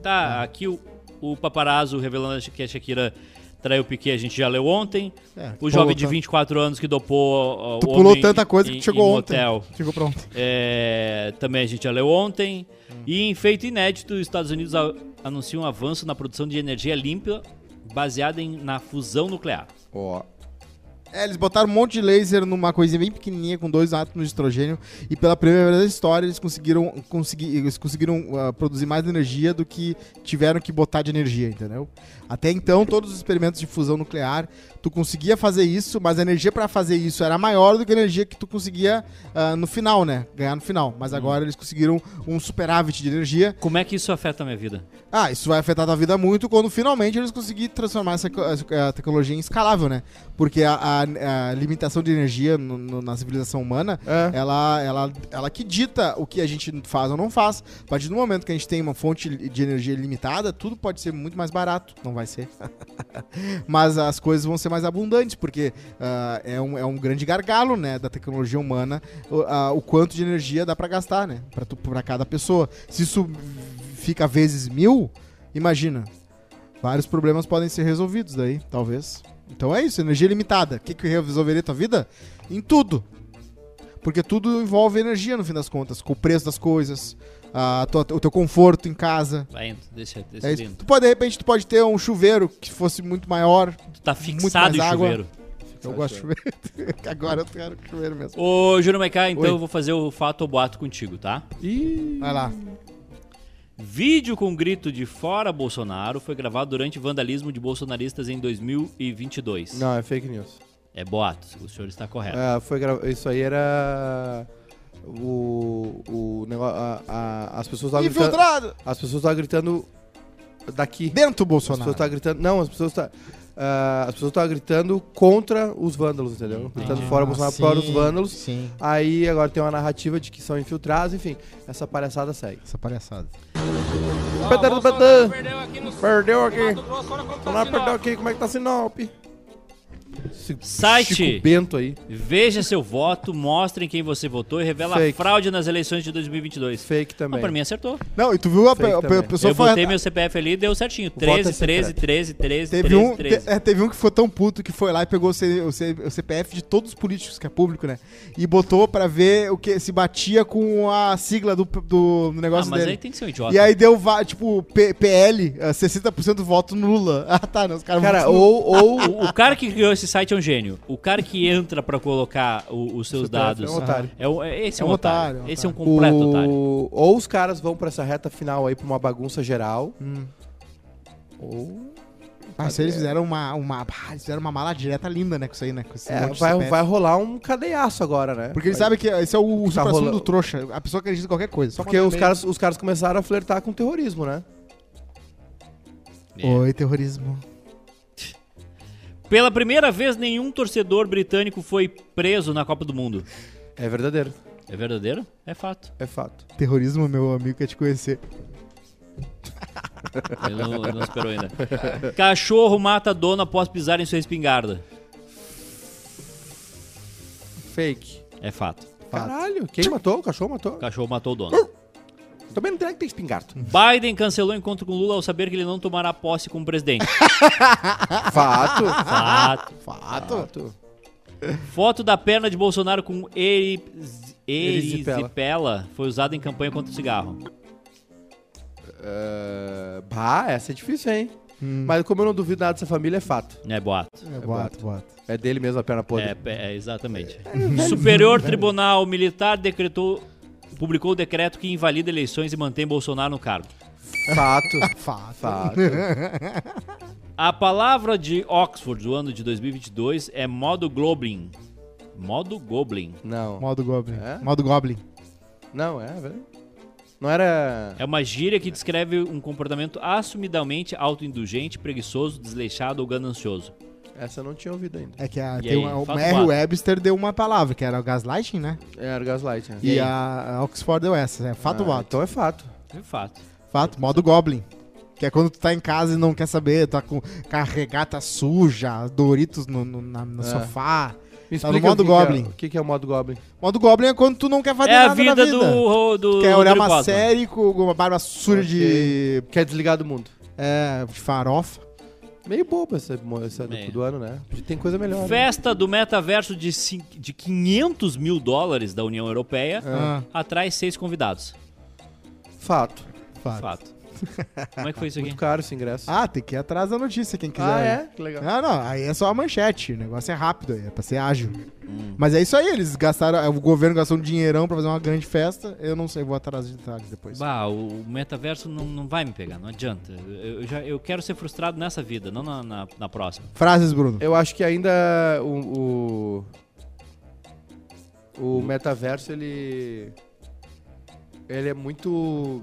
Tá, aqui o, o paparazzo revelando que a Shakira traiu o Piquet, a gente já leu ontem.
É,
o
pulou
jovem de
tanto.
24 anos que dopou ó, o
Tu pulou
homem
tanta coisa
em-
que chegou
em
ontem.
motel.
Chegou pronto.
É, também a gente já leu ontem. E em feito inédito, os Estados Unidos a- anunciam um avanço na produção de energia limpa baseada em- na fusão nuclear.
Ó.
É, eles botaram um monte de laser numa coisinha bem pequenininha com dois átomos de estrogênio e pela primeira vez da história eles conseguiram, consegui, eles conseguiram ah, produzir mais energia do que tiveram que botar de energia, entendeu? Até então, todos os experimentos de fusão nuclear, tu conseguia fazer isso, mas a energia pra fazer isso era maior do que a energia que tu conseguia ah, no final, né? Ganhar no final. Mas agora eles conseguiram um superávit de energia
Como é que isso afeta a minha vida?
Ah, isso vai afetar a tua vida muito quando finalmente eles conseguirem transformar essa, co- essa, a tecnologia em escalável, né? Porque a, a- a limitação de energia no- no- na civilização humana,
É.
ela, ela, ela que dita o que a gente faz ou não faz. A partir do momento que a gente tem uma fonte de energia limitada, tudo pode ser muito mais barato. Não vai ser. [laughs] Mas as coisas vão ser mais abundantes, porque ah, é, um, é um grande gargalo, né, da tecnologia humana, o, ah, o quanto de energia dá pra gastar, né, pra, tu- pra cada pessoa. Se isso fica vezes mil, imagina, vários problemas podem ser resolvidos daí, talvez. Então é isso, energia limitada. O que, que resolveria tua vida? Em tudo. Porque tudo envolve energia, no fim das contas, com o preço das coisas, a tua- o teu conforto em casa.
Vai, Ento, deixa, deixa
É isso.
lindo.
Tu pode, de repente, tu pode ter um chuveiro que fosse muito maior,
Tu tá
mais
fixado em
água.
chuveiro.
eu gosto de chuveiro. [laughs] Agora eu quero chuveiro mesmo.
Ô, Júnior Maiká, então
Oi.
eu vou fazer o fato ou boato contigo, tá?
Ih.
Vai lá.
Vídeo com grito de fora Bolsonaro foi gravado durante vandalismo de bolsonaristas em 2022.
Não, é fake news.
É boato, o senhor está correto.
É, foi gra- Isso aí era. O. O negócio. as pessoas estavam gritando.
Infiltrado!
As pessoas estavam gritando. Daqui.
Dentro do
As pessoas
Bolsonaro.
estavam gritando. Não, as pessoas estavam. as pessoas estavam gritando contra os vândalos, entendeu? Gritando
Ah,
fora Bolsonaro para os vândalos.
Sim,
Aí agora tem uma narrativa de que são infiltrados, enfim, essa palhaçada segue.
essa palhaçada.
Perdeu,
Ah, Bolsonaro perdeu aqui no
perdeu aqui.
Mato Grosso, olha como tá
Bolsonaro perdeu
Sinop.
aqui, como é que tá Sinop? Esse
Site.
Chico Bento aí,
Veja seu voto, mostre em quem você votou e revela
Fake.
a fraude nas eleições de 2022.
fake também.
Não, Ah, pra mim é acertou.
Não, e tu viu a,
Fake
pe- a
também.
pessoa
eu
foi-
botei meu CPF ali e deu certinho.
voto é
13, 13,
secreto.
13, 13,
Teve
13,
um, te-
13.
é, teve um que foi tão puto que foi lá e pegou o, C- o C- o CPF de todos os políticos, que é público, né? E botou pra ver o que se batia com a sigla do, do
Ah,
negócio
mas
dele.
aí tem que ser um idiota.
E aí deu, va- tipo, P- PL, ah, 60% voto no Lula. [laughs] Ah, tá, né? Os caras
Cara,
votam no-
ou, ou
O, o cara que criou esse site é um gênio. O cara que entra pra colocar o- os seus
CPF é um
dados.
otário.
É um- é- esse é
É
um,
um
otário.
otário, é um
Esse é um
otário.
completo
o-
otário.
Ou os caras vão pra essa reta final aí pra uma bagunça geral. Ou.
Ah, se eles fizeram uma, uma, ah, eles fizeram uma mala direta linda, né? Com isso aí, né? Com esse
É,
monte de
vai,
CPF.
vai rolar um cadeiaço agora, né?
Porque ele
Vai-
sabe que esse é o, o
Tá
supra-sumo
rolando.
do trouxa. A pessoa acredita em qualquer coisa. Só
Porque
mandar
os
e-mail.
caras, os caras começaram a flertar com o terrorismo, né?
Oi, terrorismo.
Pela primeira vez, nenhum torcedor britânico foi preso na Copa do Mundo.
É verdadeiro,
É verdadeiro? É fato.
é fato.
Terrorismo, meu amigo, quer te conhecer.
Ele não, ele não esperou ainda. Cachorro mata a dona após pisar em sua espingarda.
Fake.
É fato.
Caralho, quem matou? O cachorro matou?
O cachorro matou o dono.
Também não tem que ter
[laughs]
espingardo.
Biden cancelou encontro com Lula ao saber que ele não tomará posse como presidente.
[laughs] Fato.
Fato.
Fato.
Foto da perna de Bolsonaro com eriz-
Erisipela.
erisipela foi usada em campanha contra o cigarro.
Eh, bah, essa é difícil, hein?
Hum.
Mas como eu não duvido nada dessa família, é fato.
É boato.
É, boato, boato.
É dele mesmo a perna podre.
É, é, exatamente. Superior Tribunal Militar decretou, publicou o decreto que invalida eleições e mantém Bolsonaro no cargo.
É.
Fato.
[laughs] Fato.
fato.
A palavra de Oxford do ano de 2022 é modo Goblin. Modo Goblin.
Não.
Modo Goblin.
É?
Modo Goblin.
Não, é, velho. Não era.
É uma gíria que descreve um comportamento assumidamente autoindulgente, preguiçoso, desleixado ou ganancioso.
Essa eu não tinha ouvido ainda.
É que a,
E
tem
aí,
uma,
fato
o
ou
Mary
boato?
Webster deu uma palavra, que era o gaslighting, né?
Era o Gaslight, né?
E, a, a Oxford deu essa. É fato ou
Ah,
boato?
Então é fato.
É fato.
Fato, modo Goblin. Que é quando tu tá em casa e não quer saber, tá com com a regata suja, Doritos no, no- na- no
É.
sofá.
E Me
Tá no
explica o
modo
que que é-
Goblin.
o que, que é o modo Goblin?
Modo Goblin é quando tu não quer fazer
É a
nada na
vida do, né? do
Quer olhar
Rodrigo
uma
Cosma.
série com uma barba surda de,
Quer desligar do mundo.
é, de farofa.
Meio bobo essa, mo- essa do,
Meio.
do ano, né? Tem coisa melhor. né?
Festa do metaverso de, cin- de 500 mil dólares da União Europeia
Ah,
atrai seis convidados.
Fato.
fato.
Fato. Como é que foi isso aqui?
Muito caro esse ingresso.
Ah, tem que ir atrás da notícia, quem quiser.
Ah, é? Que legal.
Ah, não, aí é só a manchete. O negócio é rápido aí, é pra ser ágil.
Hum.
Mas é isso aí, eles gastaram. O governo gastou um dinheirão pra fazer uma grande festa. Eu não sei, vou atrás de detalhes depois.
Bah, o o metaverso não, não vai me pegar, não adianta. Eu, eu já, eu quero ser frustrado nessa vida, não na, na, na próxima.
Frases, Bruno.
Eu acho que ainda o, o. o metaverso, ele. Ele é muito.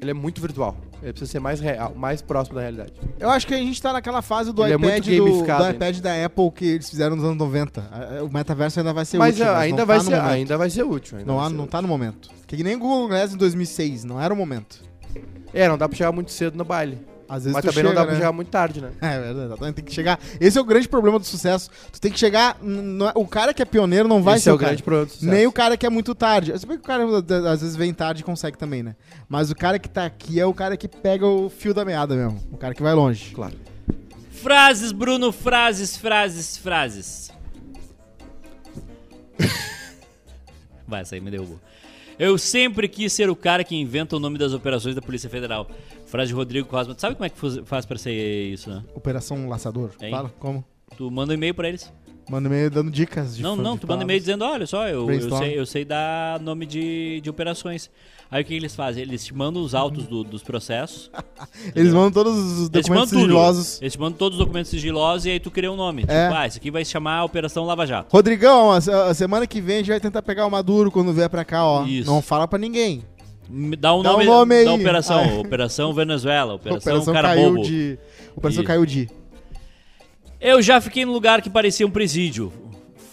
Ele é muito virtual. Ele precisa ser mais real, mais próximo da realidade.
Eu acho que a gente tá naquela fase do
Ele é
iPad
muito
do,
gamificado
do
ainda.
iPad da Apple que eles fizeram nos anos 90. A- a- O metaverso ainda vai ser
mas
útil.
ah,
mas
ainda,
não
vai
tá no
ser,
momento.
ainda vai ser útil. ainda
Não,
vai
há-
ser
não tá no momento. Que nem Google Glass em 2006, não era o momento.
útil. É, não dá pra chegar muito cedo no baile.
Às vezes
mas
tu
também
chega,
não dá pra
né?
chegar muito tarde, né?
É verdade, exatamente. tem que chegar. Esse é o grande problema do sucesso. Tu tem que chegar. n- não é- O cara que é pioneiro não vai
Esse
ser
é o
cara.
grande problema do sucesso. [laughs]
Nem o cara que é muito tarde. Eu sei bem que o cara d- às vezes vem tarde e consegue também, né? Mas o cara que tá aqui é o cara que pega o fio da meada mesmo. O cara que vai longe.
Claro.
Frases, Bruno, frases, frases, frases. [laughs] Vai, essa aí me derrubou. Eu sempre quis ser o cara que inventa o nome das operações da Polícia Federal. Frase de Rodrigo Cosma. Tu Sabe como é que faz- faz pra ser isso, né?
Operação Laçador.
Hein?
Fala, como?
Tu manda um e-mail pra eles.
Manda e-mail dando dicas de
não,
fa-
não,
de
tu manda um
palavras.
e-mail dizendo, olha só, eu, eu,
Brainstorm.
sei, eu sei dar nome de, de operações. Aí o que que eles fazem? Eles te mandam os autos do- dos processos.
Eles mandam todos os
Eles te mandam
documentos
tudo.
sigilosos.
Eles te mandam todos os documentos sigilosos e aí tu cria um nome.
É.
Tipo, ah, isso aqui vai se chamar Operação Lava Jato.
Rodrigão, a, se- a semana que vem a gente vai tentar pegar o Maduro quando vier pra cá, ó.
Isso.
Não fala pra ninguém.
Me Dá um
Dá um
nome,
nome aí.
da operação.
Ah.
Operação Venezuela,
A
Operação,
operação
Cara
caiu
Bobo.
de. Operação
Ih.
caiu de.
Eu já fiquei num lugar que parecia um presídio.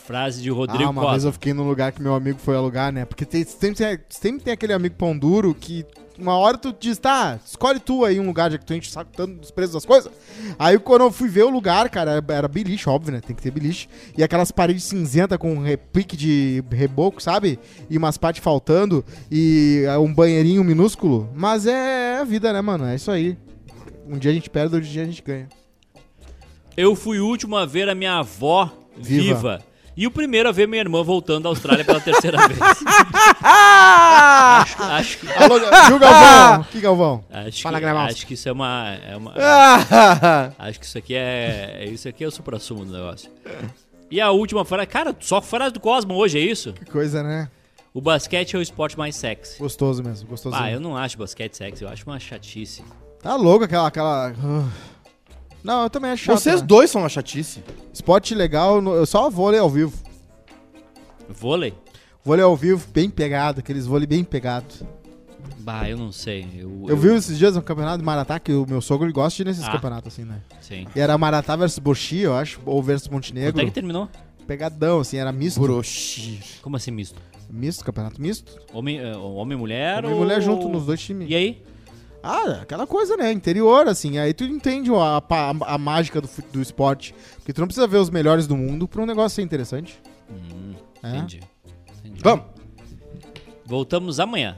Frase de Rodrigo
ah, uma vez
Costa.
eu fiquei num lugar que meu amigo foi alugar, né? Porque tem- sempre, tem- sempre tem aquele amigo pão duro que uma hora tu diz, tá, escolhe tu aí um lugar, já que tu enche o saco tanto dos preços das coisas. Aí quando eu fui ver o lugar, cara, era- era beliche, óbvio, né? Tem que ter beliche. E aquelas paredes cinzenta com repique de reboco, sabe? E umas partes faltando. E é, um banheirinho minúsculo. Mas é a vida, né, mano? É isso aí. Um dia a gente perde, outro dia a gente ganha.
Eu fui o último a ver a minha avó viva.
Viva.
E o primeiro a ver minha irmã voltando da Austrália pela
[laughs]
terceira vez. acho, acho, que-
Alô, viu, [laughs] Galvão? que Galvão?
acho,
Fala, Ah,
que,
Gravão.
acho que isso é uma. é uma- acho que isso aqui é. Isso aqui é o supra-sumo do negócio. E a última frase. Cara, só frase do Cosmo hoje, é isso?
Que coisa, né?
O basquete é o esporte mais sexy.
Gostoso mesmo, gostoso.
Ah, eu não acho basquete sexy, eu acho uma chatice.
Tá louco aquela. aquela... Não, eu também acho chato.
Vocês
né?
dois são uma chatice.
Esporte legal, no- eu só vôlei ao vivo.
Vôlei?
Vôlei ao vivo bem pegado, aqueles vôlei bem pegado.
Bah, eu não sei. Eu,
Eu vi esses dias no campeonato de Maratá, que o meu sogro ele gosta de ir nesses
Ah.
campeonatos assim, né?
Sim.
E era Maratá versus Bochi, eu acho, ou versus
Quanto é que
Montenegro.
terminou?
Pegadão, assim, era misto.
Broxir.
Como assim misto?
Misto, campeonato misto.
Homem, eh, homem e mulher
Homem e
ou...
mulher junto nos dois times.
E é- aí?
Ah, aquela coisa, né? Interior, assim. Aí tu entende a, pa- a mágica do, fu- do esporte. Porque tu não precisa ver os melhores do mundo pra um negócio ser
Hum,
interessante. É.
Entendi. Entendi.
Vamos.
Voltamos amanhã.